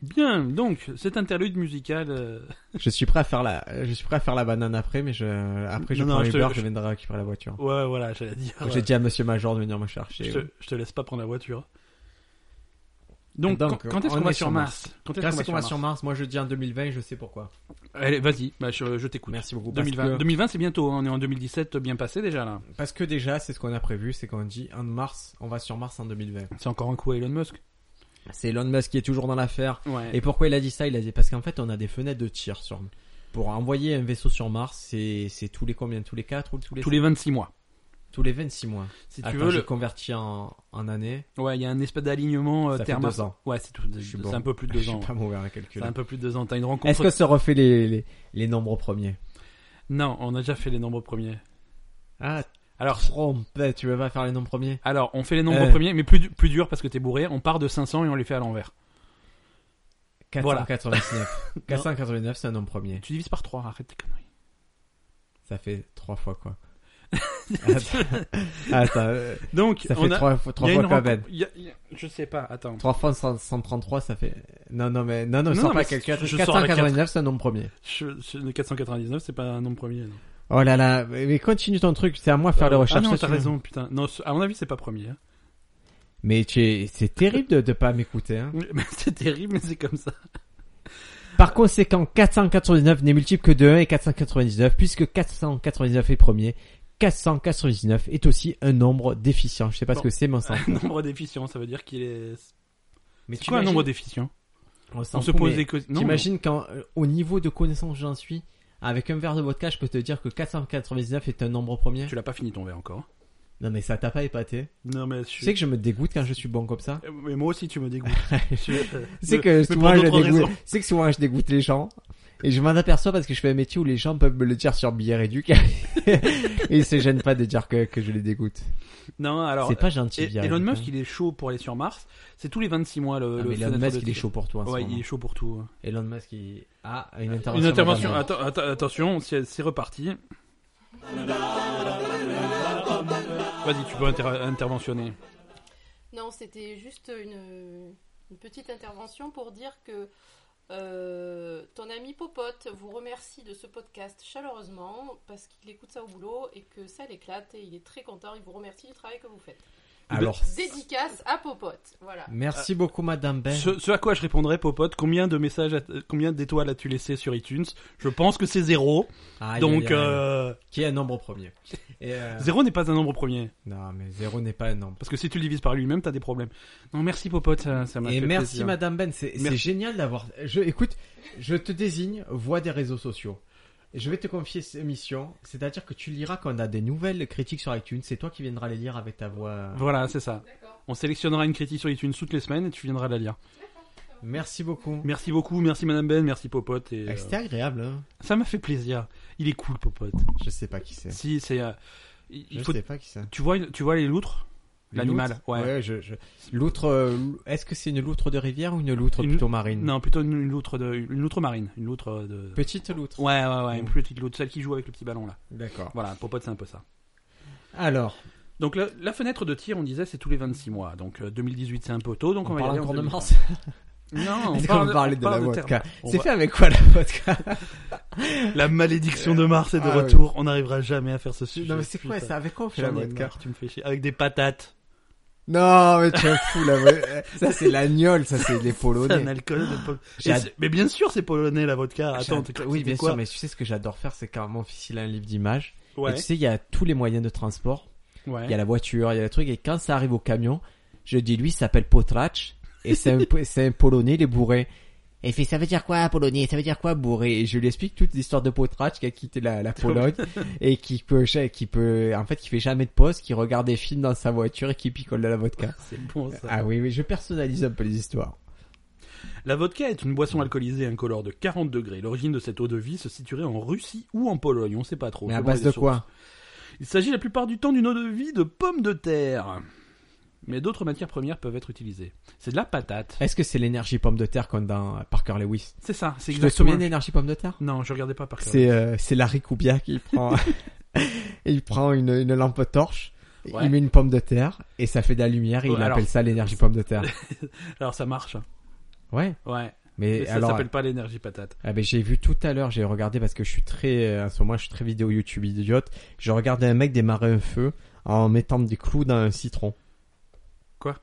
Bien, donc, cet interlude musical. euh,
Je suis prêt à faire la, je suis prêt à faire la banane après, mais je, après je
Non, non,
prends
je te-
Uber,
je-
je viendrai récupérer la voiture.
Ouais, voilà, j'allais dire. euh,
J'ai dit à Monsieur Major de venir me
je,
chercher.
te, je te laisse pas prendre la voiture. Donc,
Donc,
quand, quand est-ce
on
qu'on va
est
sur
sur
Mars, Ah, Quand
Grâce
est-ce
à qu'on va sur Mars, moi je dis en 2020, je sais pourquoi.
Allez, vas-y, bah, je, je t'écoute.
Merci beaucoup. Parce
2020,
que,
2020 c'est bientôt, hein, on est en 2017, bien passé déjà là.
parce que déjà, c'est ce qu'on a prévu, c'est qu'on dit en mars, on va sur Mars en 2020.
C'est encore un coup à Elon Musk.
C'est Elon Musk qui est toujours dans l'affaire.
Ouais.
Et pourquoi il a dit ça Il a dit parce qu'en fait, on a des fenêtres de tir sur. Pour envoyer un vaisseau sur Mars, c'est c'est tous les combien Tous les 4 ou tous les
Tous les 26 mois.
Tous les 26 mois.
Si tu
Attends,
veux,
je
le-
convertis en, en année.
ouais, il y a un espèce d'alignement euh,
ça fait
Terre Mars.
deux ans.
Ouais, c'est tout.
suis
C'est
bon.
un peu plus
*laughs*
de
Je
deux
suis
ans.
pas mauvais à
C'est
calculer.
un peu plus de deux ans. T'as une rencontre.
Est-ce que ça refait les, les, les nombres premiers
Non, on a déjà fait les nombres premiers.
Ah,
Alors,
trompette, tu veux pas faire les nombres premiers
alors on fait les nombres
Euh.
premiers, mais plus, du- plus dur parce que t'es bourré. On part de 500 et on les fait à l'envers. Voilà.
*laughs* 499. 489, c'est un nombre premier.
Tu divises par 3, arrête tes conneries.
Ça fait trois fois
*laughs*
quoi. attends, attends, euh,
Donc,
ça fait
on a...
trois fois, trois
il y a
fois
une
quoi,
rencontre-
Ben
il y a- il y a- Je sais pas, attends.
3 fois 100 133, ça fait. Non, non, mais. Non, non,
Non,
sors
non,
pas
mais
quelqu'un.
je- je sors la
489, c'est un nombre premier.
Je- je- 499, c'est pas un nombre premier. non.
Oh là là, mais continue ton truc, c'est à moi de faire les
Euh,
recherches.
Ah non,
ça,
t'as
tu-
raison, putain. Non, ce- à mon avis, c'est pas premier. hein.
Mais tu es- c'est terrible de, de pas m'écouter. Hein.
*laughs* Mais c'est terrible, mais c'est
*laughs*
comme ça.
Par conséquent, 499 n'est multiple que de 1 et 499, puisque 499 est premier. 499 est aussi un nombre déficient. Je sais pas
Bon.
ce que c'est, mais on
*laughs*
s'en fout.
nombre déficient, ça veut dire qu'il est.
Mais
C'est quoi un
imagines-
nombre déficient
on s'en
On se
fout,
pose
mais
des questions.
T'imagines quand, euh, au niveau de connaissance où j'en suis, avec un verre de vodka, je peux te dire que 499 est un nombre premier.
Tu l'as pas fini ton verre encore.
Non mais ça t'a pas épaté.
Non, mais je
Tu sais que je me dégoûte quand je suis bon comme ça.
Euh,
*laughs*
Mais moi aussi, tu me dégoûtes. Tu- euh,
C'est
mais-
que
mais pour
souvent je
d'autres raisons.
dégoûte. C'est que souvent je dégoûte les gens. Et je m'en aperçois parce que je fais un métier où les gens peuvent me le dire sur Billard Éduc. *laughs* et ils se gênent pas de dire que, que je les dégoûte.
Non, alors.
C'est pas gentil,
et-
Billard
Elon
Éduc,
Musk,
hein.
il est chaud pour aller sur Mars. C'est tous les 26 mois le.
Ah,
le
mais Elon
fenêtre
Musk,
de
il est
tir.
chaud pour hein. toi. en ce
Ouais, il
moment.
est chaud pour tout. hein.
Elon Musk, il. Ah, une intervention.
Une intervention.
madame.
Atten- atten- attention, c'est c'est reparti. Vas-y, tu peux inter- interventionner.
*laughs* Non, c'était juste une, une petite intervention pour dire que euh, ton ami Popote vous remercie de ce podcast chaleureusement parce qu'il écoute ça au boulot et que ça l'éclate et il est très content. Il vous remercie du travail que vous faites.
Alors,
Dédicace à Popote. Voilà.
merci beaucoup, Madame Ben.
Ce, ce à quoi je répondrais, Popote, combien de messages, at- combien d'étoiles as-tu laissé sur iTunes Je pense que c'est zéro.
Aïe,
donc,
aïe, aïe.
euh,
Qui est un nombre premier. Et, *laughs* euh,
zéro n'est pas un nombre premier.
Non, mais zéro n'est pas un nombre.
Parce que si tu le divises par lui-même, t'as des problèmes. Non, merci, Popote, ça, ça m'a fait
Et merci
plaisir.
Madame Ben, c'est c'est
Merci.
génial d'avoir. Je écoute, je te désigne voix des réseaux sociaux. Et Je vais te confier cette mission, c'est-à-dire que tu liras quand on a des nouvelles critiques sur iTunes, c'est toi qui viendras les lire avec ta voix.
Voilà, c'est ça.
D'accord.
On sélectionnera une critique sur iTunes toutes les semaines et tu viendras la lire.
Merci beaucoup.
Merci beaucoup, merci Madame Ben, merci Popote. Et,
Ah,
euh,
C'était agréable, hein
ça m'a fait plaisir. Il est cool, Popote.
Je sais pas qui c'est.
Si, c'est. euh, il- il
Je
faut-
sais pas qui c'est.
Tu vois, tu vois les loutres L'animal,
Loutre
ouais.
je, je- Loutre, euh, est-ce que c'est une loutre de rivière ou une loutre
Une-
plutôt marine
Non, plutôt une, une loutre de, une loutre marine, une loutre euh, de.
Petite loutre.
Ouais, ouais, ouais, une
Mm.
plus petite loutre, celle qui joue avec le petit ballon là.
D'accord.
Voilà, Popote, c'est un peu ça.
Alors,
Donc la, la fenêtre de tir, on disait, c'est tous les 26 mois. Donc euh, 2018, c'est un peu tôt, donc on,
on
va y
parle
aller en
encore de
2020.
Mars. *laughs*
Non,
Est-ce qu'on
on parle,
va parler
on
de la
parle
vodka
terme. On
C'est
va-
fait avec quoi la vodka
La malédiction de Mars est de
Ah, oui.
retour. On n'arrivera jamais à faire ce sujet.
*laughs* Non mais c'est quoi
Putain.
ça Avec quoi on fait la
J'en ai
vodka
marre, tu me fais chier. Avec des patates.
*laughs* Non, mais tu es fou là. ouais. Ça *laughs* c'est l'agnole, ça c'est les
C'est un
Polonais.
alcool. de pol-
J'ai
Et
ad-
c'est- Mais bien sûr, c'est polonais la vodka. Attends, t'es-
J'ad- oui,
c'était
bien
quoi
sûr, mais tu sais ce que j'adore faire, c'est quand mon fils il a un livre d'images.
Ouais.
Et tu sais, il y a tous les moyens de transport.
ouais.
Il y a la voiture, il y a le truc. Et quand ça arrive au camion, je dis lui, il s'appelle Potrach et c'est
*laughs*
un, po- c'est un Polonais, il est bourré. Et il fait, ça veut dire quoi, Polonais Ça veut dire quoi, bourré Et je lui explique toute l'histoire de Potrach qui a quitté la,
*laughs*
la Pologne et qui peut, ja- qui peut, en fait, qui fait jamais de pause, qui regarde des films dans sa voiture et qui picole de la vodka.
C'est bon ça.
Ah oui, oui, je personnalise un peu les histoires.
La vodka est une boisson alcoolisée incolore de 40 degrés. L'origine de cette eau de vie se situerait en Russie ou en Pologne, on sait pas trop.
Mais à
selon
base
les
de
sources.
quoi
Il s'agit la plupart du temps d'une eau de vie de pommes de terre. Mais d'autres matières premières peuvent être utilisées. C'est de la patate.
Est-ce que c'est l'énergie pomme de terre comme dans euh, Parker Lewis
C'est ça, c'est
Tu te
exactement.
souviens de l'énergie pomme de terre
Non, je regardais pas par cœur.
C'est euh, c'est Larry Koubia qui
*laughs*
prend *laughs* il prend une, une lampe torche,
Ouais.
il met une pomme de terre et ça fait de la lumière et
Ouais,
il
alors-
appelle ça l'énergie pomme
*laughs*
de terre.
Alors ça marche. hein.
Ouais,
Ouais.
mais
Mais ça
alors
s'appelle pas l'énergie patate.
ah ben, j'ai vu tout à l'heure, j'ai regardé parce que je suis très euh, en ce moment je suis très vidéo YouTube idiote, je regardais un mec démarrer un feu en mettant des clous dans un citron.
Quoi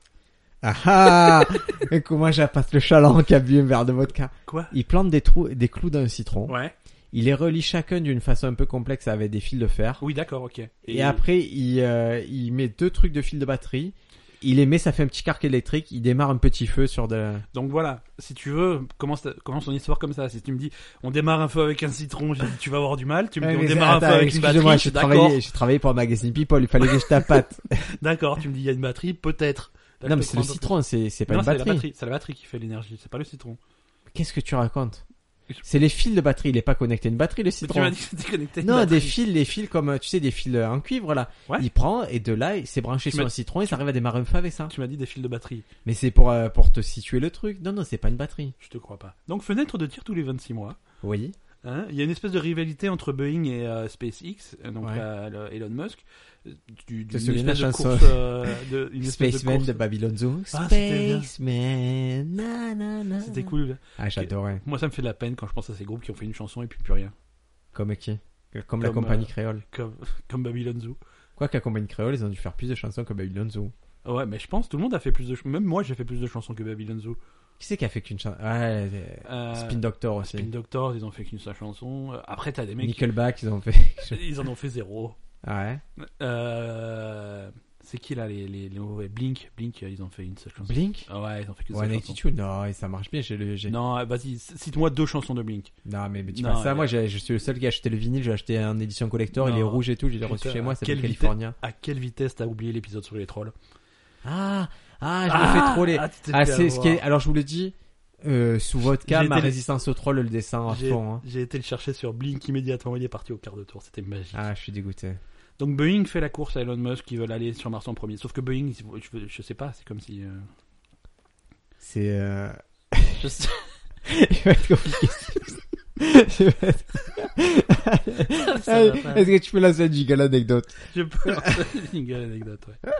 Ah ah *laughs* Et Comment j'appasse le chaland qui a bu un verre de vodka
Quoi
Il plante des, trous, des clous dans un citron.
Ouais.
Il les relie chacun d'une façon un peu complexe avec des fils de fer.
Oui, d'accord, ok.
Et, après, il, euh, il met deux trucs de fils de batterie. Il les met, ça fait un petit carc électrique. Il démarre un petit feu sur de.
Donc voilà, si tu veux, commence, ta- commence ton histoire comme ça. Si tu me dis, on démarre un feu avec un citron, j'ai dit, tu vas avoir du mal. Tu me dis, on démarre un feu avec une batterie,
Excusez-moi, j'ai
d'accord.
travaillé, j'ai travaillé pour un magazine People. Il fallait que je
*laughs*
tapate.
D'accord, tu me dis, il y a une batterie, peut-être. Là,
non,
je
mais
te
c'est le
prends un peu
citron, c'est c'est
plus.
pas
Non,
une
c'est la
batterie.
batterie. C'est la batterie qui fait l'énergie, c'est pas le citron.
Qu'est-ce que tu racontes
Je-
C'est les fils de batterie. Il est pas connecté à une batterie, le
Mais tu
citron.
m'as dit que c'était connecté. à une
Non,
batterie.
des fils, les fils comme euh, tu sais, des fils euh, en cuivre là.
Ouais.
Il prend et de là, il s'est branché
Tu
sur
m'as-
un citron et ça arrive à démarrer un feu avec ça.
Tu m'as dit des fils de batterie.
Mais c'est pour euh, pour te situer le truc. Non, non, c'est pas une batterie.
Je te crois pas. Donc, fenêtre de tir tous les 26 mois.
Oui.
Hein, il y a une espèce de rivalité entre Boeing et euh, SpaceX, euh, donc
Ouais.
la- la- Elon Musk, euh, du,
Te
d'une
souviens de la
espèce de
chanson
course, euh, de- une espèce de
Spaceman
course.
de, Babylon Zoo.
Ah, c'était bien.
Spaceman. na, na, na,
C'était
na.
cool.
Ah, j'adorais.
Moi, ça me fait de la peine quand je pense à ces groupes qui ont fait une chanson et puis plus rien.
Comme qui Comme, la
Comme,
compagnie
euh,
créole.
Comme, *laughs* comme Babylon Zoo.
Quoi que la compagnie créole, ils ont dû faire plus de chansons que Babylon Zoo.
Ah Ouais, mais je pense tout le monde a fait plus de chansons. Même moi, j'ai fait plus de chansons que Babylon Zoo.
Qui c'est qui a fait qu'une chanson Ouais, euh,
Euh,
Spin Doctor aussi.
Spin Doctors, ils ont fait qu'une seule chanson. Euh, Après, t'as des mecs. qui-
Nickelback, ils ont fait. Ah,
Ils en ont fait zéro.
ouais.
Euh, C'est qui là les, les, les mauvais Blink, Blink, euh, ils ont fait une seule chanson.
Blink
Ah ouais, ils ont fait qu'une
One
seule chanson.
Attitude Non, et ça marche bien chez le VG. Non,
Non, euh, vas-y, cite-moi deux chansons de Blink.
mais, mais dis
Non,
pas ça.
mais-
Moi, j'ai- je suis le seul qui a acheté le vinyle. J'ai acheté en édition collector. Il
Non.
est rouge et tout. Je l'ai reçu
Putain,
chez moi. C'est le
quelle vitesse.
California.
À quelle vitesse t'as oublié l'épisode sur les trolls
Ah Ah, je me fais troller.
tu t'es
Ah,
fait
c'est ce qui est...
avoir.
Alors, je vous le dis, euh, sous vodka,
J'ai
ma
été-
résistance au troll le descend à
J'ai
fond. hein.
j'ai été le chercher sur Blink immédiatement, il est parti au quart de tour, c'était magique.
Ah, je suis dégoûté.
Donc Boeing fait la course à Elon Musk, qui veulent aller sur Mars en premier. Sauf que Boeing, je, je sais pas, c'est comme si. euh,
*laughs* C'est. euh,
*laughs* je sais-
*laughs* Il va être compliqué. Je vais être-
*laughs* Ça va pas.
Est-ce que tu peux lancer une giga anecdote
je peux lancer une single anecdote, ouais.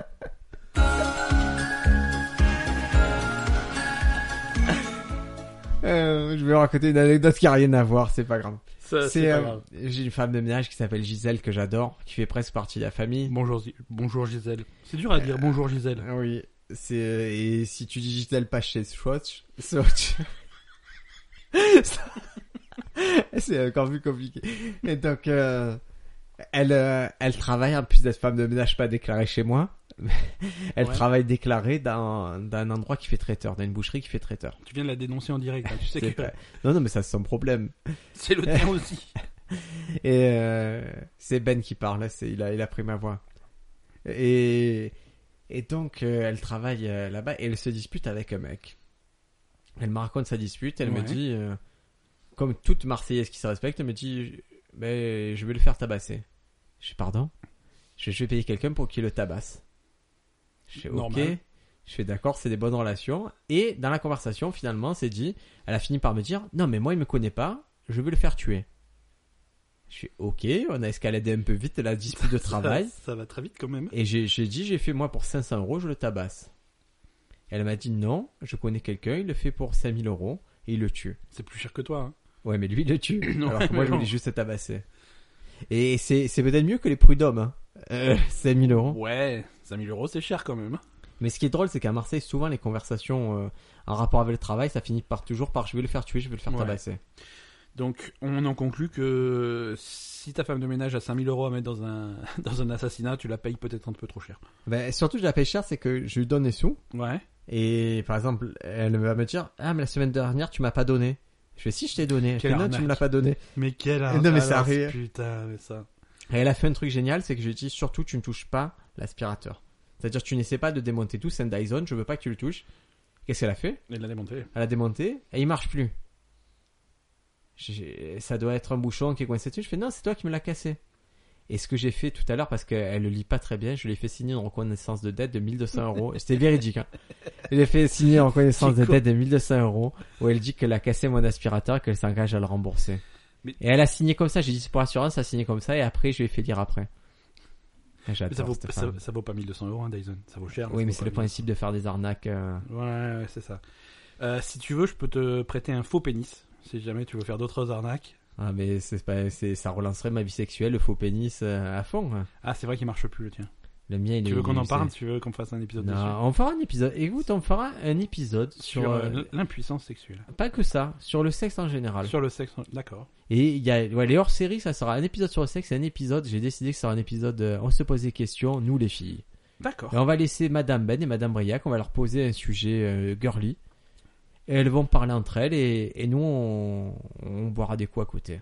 Euh, Je vais raconter une anecdote qui a rien à voir, c'est pas grave.
Ça,
C'est,
C'est pas
euh,
grave.
J'ai une femme de ménage qui s'appelle Gisèle que j'adore, qui fait presque partie de la famille.
Bonjour, Zi- bonjour Gisèle. C'est dur à dire
Euh,
bonjour Gisèle.
Ah Oui, c'est euh, et si tu dis Gisèle pas chez Swatch, Swatch. *laughs* c'est encore plus compliqué. Et donc euh, elle euh, elle travaille en plus d'être femme de ménage pas déclarée chez moi. *laughs* Elle
Ouais.
travaille déclarée d'un d'un endroit qui fait traiteur, d'une boucherie qui fait traiteur.
Tu viens de la dénoncer en direct. hein. Tu sais
C'est
que
pas- Non non mais ça c'est son problème.
*laughs* c'est
*laughs*
le tien aussi.
Et euh, c'est Ben qui parle, c'est il a il a pris ma voix. Et et donc euh, elle travaille euh, là-bas et elle se dispute avec un mec. Elle me raconte sa dispute, elle me
Ouais.
dit euh, comme toute marseillaise qui se respecte, elle me dit mais je vais le faire tabasser. Je fais pardon Je, je vais payer quelqu'un pour qu'il le tabasse. Je fais OK.
Normal.
Je fais d'accord, c'est des bonnes relations. Et dans la conversation, finalement, c'est dit, elle a fini par me dire, non mais moi il me connaît pas, je veux le faire tuer. Je fais OK, on a escaladé un peu vite la dispute de travail.
*laughs* Ça, ça va très vite quand même.
Et j'ai j'ai dit, j'ai fait moi pour 500 euros, je le tabasse. Elle m'a dit non, je connais quelqu'un, il le fait pour 5000 euros et il le tue.
C'est plus cher que toi. hein.
Ouais, mais lui, il le tue.
*laughs* Non,
Alors que
mais
moi, je
non.
voulais juste le tabasser. Et c'est c'est peut-être mieux que les prud'hommes. Hein. Euh, *laughs* 5000 euros.
Ouais, 5000 euros c'est cher quand même.
Mais ce qui est drôle, c'est qu'à Marseille, souvent, les conversations euh, en rapport avec le travail, ça finit par toujours par je vais le faire tuer, je vais le faire
Ouais.
tabasser.
Donc on en conclut que si ta femme de ménage a 5000 euros à mettre dans un, *laughs* dans un assassinat, tu la payes peut-être un peu trop cher.
Ben, surtout, je la paye cher, c'est que je lui donne les sous.
Ouais.
Et par exemple, elle va me dire Ah, mais la semaine dernière, tu m'as pas donné. Je fais Si, je t'ai donné. Je fais,
Quelle
non, tu
arnaque.
me l'as pas donné.
Mais quel
Non, mais ça
alors,
arrive.
Putain, mais ça.
Et elle a fait un truc génial, c'est que je lui ai dit surtout tu ne touches pas l'aspirateur. C'est-à-dire tu n'essaies pas de démonter tout, c'est un Dyson, je veux pas que tu le touches. Qu'est-ce qu'elle a fait
Il l'a démonté.
Elle a démonté et il marche plus. J'ai- Ça doit être un bouchon qui est coincé dessus. Je fais non, c'est toi qui me l'as cassé. Et ce que j'ai fait tout à l'heure, parce qu'elle le lit pas très bien, je lui ai fait signer une reconnaissance de dette de 1200 euros. C'était véridique. Hein. Je lui ai fait signer une reconnaissance
C'est
de
quoi
dette de 1200 euros où elle dit qu'elle a cassé mon aspirateur et qu'elle s'engage à le rembourser.
Mais-
Et elle a signé comme ça. J'ai dit c'est pour assurance, elle a signé comme ça et après je lui ai fait lire après. Ah,
Mais ça,
J'adore
vaut,
cette
ça,
femme.
ça vaut pas 1200 euros, hein, Dyson. Ça vaut cher.
Oui, mais
ça vaut
c'est
pas
le principe de faire des arnaques. euh.
1200. Ouais, ouais, c'est ça. Euh, si tu veux, je peux te prêter un faux pénis. Si jamais tu veux faire d'autres arnaques.
Ah mais c'est pas, c'est, ça relancerait ma vie sexuelle, le faux pénis euh, à fond. hein.
Ah, c'est vrai qu'il marche plus le tien.
Le mien, il est.
Tu veux qu'on en
c'est-
parle Tu veux qu'on fasse un épisode
Non,
dessus
on fera un épisode. Écoute, on fera un épisode sur,
Sur euh,
euh,
l'impuissance sexuelle.
pas que ça, sur le sexe en général.
Sur le sexe. D'accord.
Et il y a, ouais, les hors séries, ça sera un épisode sur le sexe, et un épisode. J'ai décidé que ça sera un épisode. euh, on se pose des questions, nous les filles.
D'accord.
Et on va laisser Madame Ben et Madame Briac. On va leur poser un sujet euh, girly. Et elles vont parler entre elles et, et nous on, on boira des coups à côté.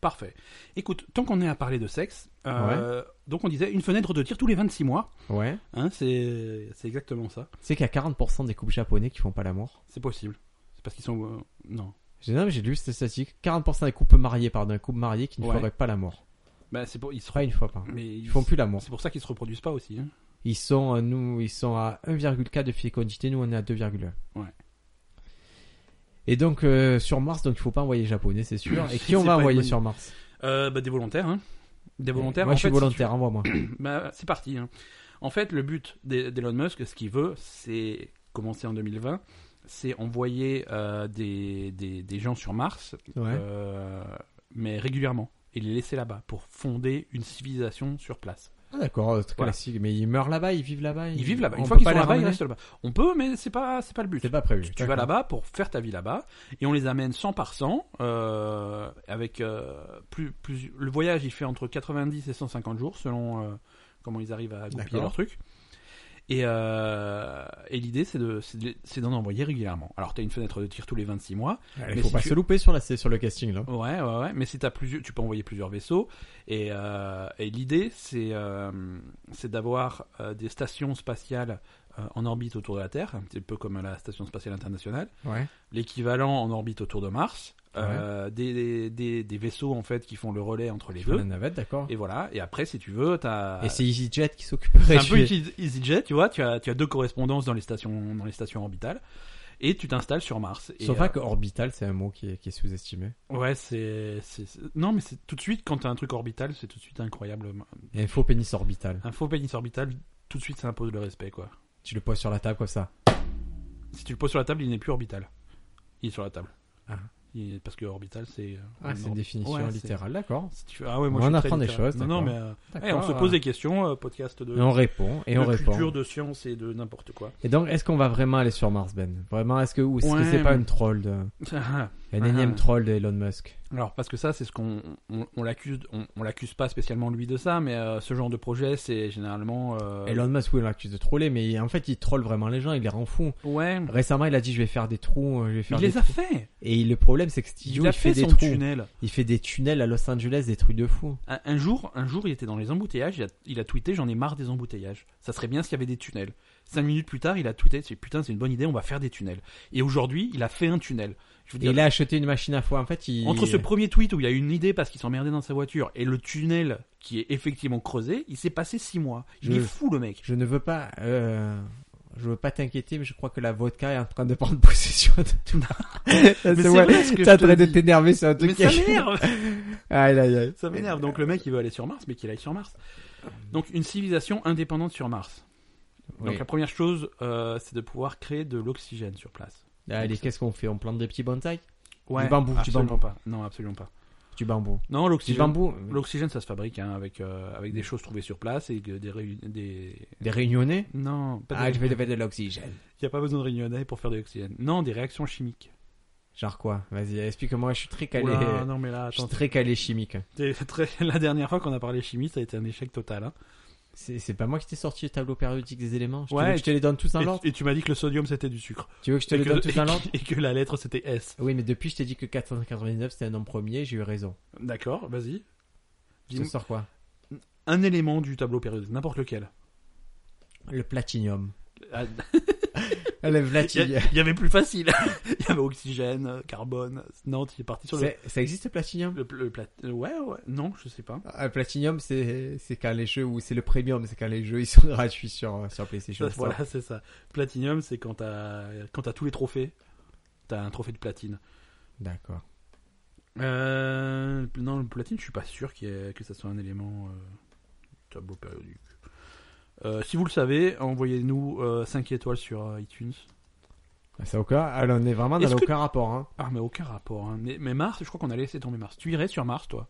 Parfait. Écoute, tant qu'on est à parler de sexe, euh, donc on disait une fenêtre de tir tous les 26 mois.
Ouais.
Hein, c'est c'est exactement ça.
C'est qu'il y a 40% des couples japonais qui font pas l'amour.
C'est possible. C'est parce qu'ils sont. euh, non.
J'ai non, mais j'ai lu cette statistique. 40% des couples mariés, pardon, des couples mariés qui ne
Ouais.
feraient pas l'amour.
Bah, c'est pour. Ils se
Pas une fois pas.
Mais ils,
Ils font plus l'amour.
C'est pour ça qu'ils se reproduisent pas aussi. hein.
Ils sont euh, nous, ils sont à 1,4 de fécondité, nous on est à 2,1.
Ouais.
Et donc euh, sur Mars, donc il faut pas envoyer japonais, c'est sûr. Et
*laughs* C'est-
qui on
c'est
va
pas une
envoyer
bonne
sur Mars
Euh, bah, des volontaires. Hein. Des volontaires.
Moi
en
je suis
fait, si
volontaire, envoie-moi.
tu- bah, c'est parti. hein. En fait, le but d'E- d'Elon Musk, ce qu'il veut, c'est commencer en 2020, c'est envoyer euh, des, des, des gens sur Mars,
Ouais.
euh, mais régulièrement, et les laisser là-bas pour fonder une civilisation sur place.
Ah, D'accord, euh, très
Voilà.
classique. Mais ils meurent là-bas, ils vivent là-bas.
Ils vivent là-bas.
on
Une fois
peut
qu'ils
pas
sont
les
là-bas, ils
ramener
restent là-bas. On peut, mais c'est pas, c'est pas le but.
C'est pas prévu.
Tu vas
d'accord.
là-bas pour faire ta vie là-bas et on les amène 100 par 100 euh, avec euh, plus, plus le voyage il fait entre 90 et 150 jours selon euh, comment ils arrivent à goupiller
D'accord.
leur truc et, euh, et l'idée c'est de c'est de- c'est d'en envoyer régulièrement alors t'as une fenêtre de tir tous les 26 mois
Il
Mais
faut
si
pas
tu-
se louper sur la, sur le casting là.
Ouais, ouais, ouais. Mais si t'as plusieurs, tu peux envoyer plusieurs vaisseaux. Et, euh, et l'idée, c'est euh, c'est d'avoir euh, des stations spatiales euh, en orbite autour de la Terre, un petit peu comme à la Station spatiale internationale,
Ouais.
l'équivalent en orbite autour de Mars, euh, des, des- des- des vaisseaux en fait qui font le relais entre les
Ils font la
deux.
navette, d'accord.
Et voilà. Et après, si tu veux, t'as
Et c'est EasyJet qui s'occuperait
c'est un
du-
peu Easy- EasyJet, tu vois. Tu as, tu as deux correspondances dans les stations, dans les stations orbitales, et tu t'installes sur Mars. Et,
Sauf
euh,
pas que orbital, c'est un mot qui est, qui est sous-estimé.
Ouais, c'est, c'est- c'est- non, mais c'est tout de suite quand t'as un truc orbital, c'est tout de suite incroyable.
Et un faux pénis orbital.
Un faux pénis orbital, tout de suite, ça impose le respect, quoi.
Tu le poses sur la table comme ça.
Si tu le poses sur la table, il n'est plus orbital. Il est sur la table.
Ah.
Il est- parce que orbital, c'est. euh,
Ah,
un
c'est une
orbi-
définition
Ouais, c'est-
littérale, d'accord.
Si tu- Ah ouais, moi,
On
je suis
en
très
apprend des
littéral.
choses,
Non, non, mais
d'accord.
euh, ouais, on se pose des questions, euh, podcast de,
Et on répond, et on
de
répond.
culture, de science et de n'importe quoi. *laughs*
Et donc, est-ce qu'on va vraiment aller sur Mars, Ben Vraiment, est-ce que ou est-ce que
Ouais.
c'est pas une troll de... Un
Ah.
énième troll de Elon Musk
Alors parce que ça c'est ce qu'on on, on l'accuse on, on l'accuse pas spécialement lui de ça mais euh, ce genre de projet c'est généralement euh,
Elon Musk, oui, on l'accuse de troller, mais en fait, il troll vraiment les gens, il les rend fous.
ouais
Récemment, il a dit, je vais faire des trous, euh, je vais faire
il
des
les a
trous.
fait
Et le problème, c'est que cet
il,
idiot, il,
a
fait,
fait,
des
son
trous.
tunnel
Il fait des tunnels à Los Angeles, des trucs de fous.
un, un jour un jour il était dans les embouteillages il a, il a tweeté j'en ai marre des embouteillages ça serait bien s'il y avait des tunnels cinq minutes plus tard il a tweeté c'est putain c'est une bonne idée on va faire des tunnels et aujourd'hui il a fait un tunnel je veux
Et
dire
il a acheté une machine à foin. En fait, il...
entre ce premier tweet où il a eu une idée parce qu'il s'emmerdait dans sa voiture et le tunnel qui est effectivement creusé il s'est passé six mois il
Je-
est fou le mec
Je ne veux pas... euh, Je veux pas t'inquiéter, mais je crois que la vodka est en train de prendre *laughs* possession de tout. mais
c'est vrai ce que
T'es
je
en
te
train de
dis.
t'énerver sur un
mais
truc.
*laughs* ça
qui-
m'énerve
*laughs* Aïe, aïe, aïe.
*laughs* Ça m'énerve. Donc le mec, il veut aller sur Mars, mais qu'il aille sur Mars. Donc une civilisation indépendante sur Mars.
Oui.
Donc la première chose, euh, c'est de pouvoir créer de l'oxygène sur place.
Ah, Allez, qu'est-ce qu'on fait On plante des petits bonsaïs
Ouais,
Du bambou, du
absolument
bambou.
pas. Non, absolument pas.
Du bambou.
Non,
Du
l'oxygène.
bambou
L'oxygène, ça se fabrique hein, avec euh, avec des choses trouvées sur place et que des réu- des.
Des réunionnais
Non, pas
Ah,
des...
je vais te mettre de l'oxygène.
il y a pas besoin de réunionnais pour faire de l'oxygène. Non, des réactions chimiques.
Genre quoi Vas-y, explique-moi, je suis très calé.
Oula, non mais là,
je suis
attends.
très calé chimique.
t'es très- *laughs* La dernière fois qu'on a parlé chimie, ça a été un échec total. hein.
C'est c'est pas moi qui t'ai sorti le tableau périodique des éléments. Je, te
Ouais,
veux que je te les donne tous dans
Et-
l'ordre.
Et, tu m'as dit que le sodium c'était du sucre.
Tu veux que je te
et,
les
que-
donne tous dans
et
l'ordre
que- et que la lettre c'était S.
Oui, mais depuis, je t'ai dit que 499 c'était un nom premier, j'ai eu raison.
D'accord, vas-y.
Je
Dis-moi.
te sors quoi
Un élément du tableau périodique, n'importe lequel.
Le platinium.
Ah,
Le
Il Ah, y,
*laughs* platinium.
a- il y avait plus facile. *laughs* Il y avait oxygène, euh, carbone. Non, tu es parti sur le,
C'est- Ça existe le platinium
le, le plat- euh, Ouais, ouais. Non, je sais pas.
Un Euh, platinium, c'est c'est quand les jeux, ou c'est le premium, c'est quand les jeux ils sont *laughs* gratuits sur, euh, sur PlayStation.
Ça,
Store.
voilà, *laughs* c'est ça. Platinium, c'est quand t'as quand t'as tous les trophées. T'as un trophée de platine.
D'accord.
Euh, non, le platine, je suis pas sûr qu'il y ait- que ça soit un élément euh, du tableau périodique. Euh, si vous le savez, envoyez-nous 5 étoiles sur euh, iTunes.
Ah, Ça aucun... Alors, on est vraiment dans
Est-ce que-
aucun rapport. Hein.
Ah, mais aucun rapport. hein. Mais, mais Mars, je crois qu'on a laissé tomber Mars. Tu irais sur Mars, toi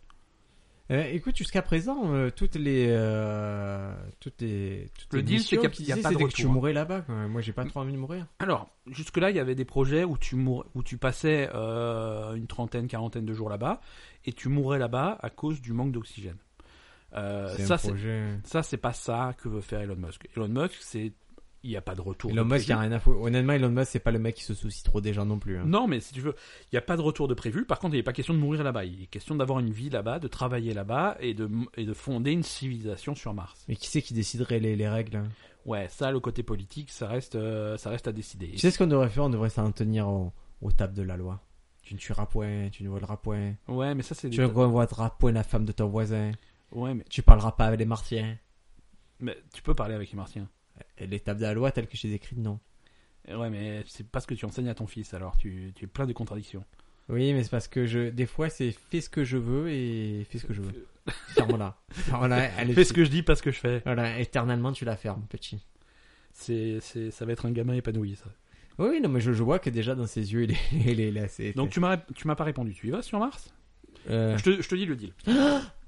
Euh, écoute, jusqu'à présent, euh, toutes les, euh, toutes les, toutes
Le
les
deal,
missions
c'est qu'il y a-
qui
il y a
disaient,
pas de
c'était que tu
retour, hein.
mourais là-bas. quoi. Moi, j'ai pas trop envie de mourir.
Alors, jusque-là, il y avait des projets où tu, mour- où tu passais euh, une trentaine, quarantaine de jours là-bas, et tu mourais là-bas à cause du manque d'oxygène. Euh,
c'est
ça,
un
c'est
projet.
ça, c'est pas ça que veut faire Elon Musk. Elon Musk, c'est il n'y a pas de retour.
Elon
de
Musk, il y a
prévu.
rien à foutre. Honnêtement, Elon Musk, c'est pas le mec qui se soucie trop des gens non plus. hein.
Non, mais si tu veux, il n'y a pas de retour de prévu. Par contre, il n'est pas question de mourir là-bas. Il est question d'avoir une vie là-bas, de travailler là-bas et de, et de fonder une civilisation sur Mars.
Mais qui c'est qui déciderait les, les règles hein
Ouais, ça, le côté politique, ça reste, euh, ça reste à décider.
Tu sais ce qu'on devrait faire On devrait s'en tenir au, aux tables de la loi. Tu ne tueras point, tu ne voleras point,
Ouais, mais ça, c'est des-
tu ne convoiteras point la femme de ton voisin,
Ouais, mais,
tu parleras pas avec les martiens.
mais tu peux parler avec les Martiens.
Et les tables de la loi telles que je les ai écrites, non.
Ouais, mais c'est pas ce que tu enseignes à ton fils, alors tu, tu es plein de contradictions.
Oui, mais c'est parce que je, des fois, c'est fais ce que je veux et fais ce que je
*laughs*
veux. Ferme-la. Ferme-la. elle est-
Fais ce que je dis, pas ce que je fais.
Voilà, éternellement, tu la fermes, petit.
C'est, c'est, ça va être un gamin épanoui, ça.
Oui, oui, non, mais je, je vois que déjà dans ses yeux, il est, *laughs* il est là. c'est-
Donc tu m'as, tu m'as pas répondu, tu y vas sur Mars
Euh,
je, te, je te dis le deal.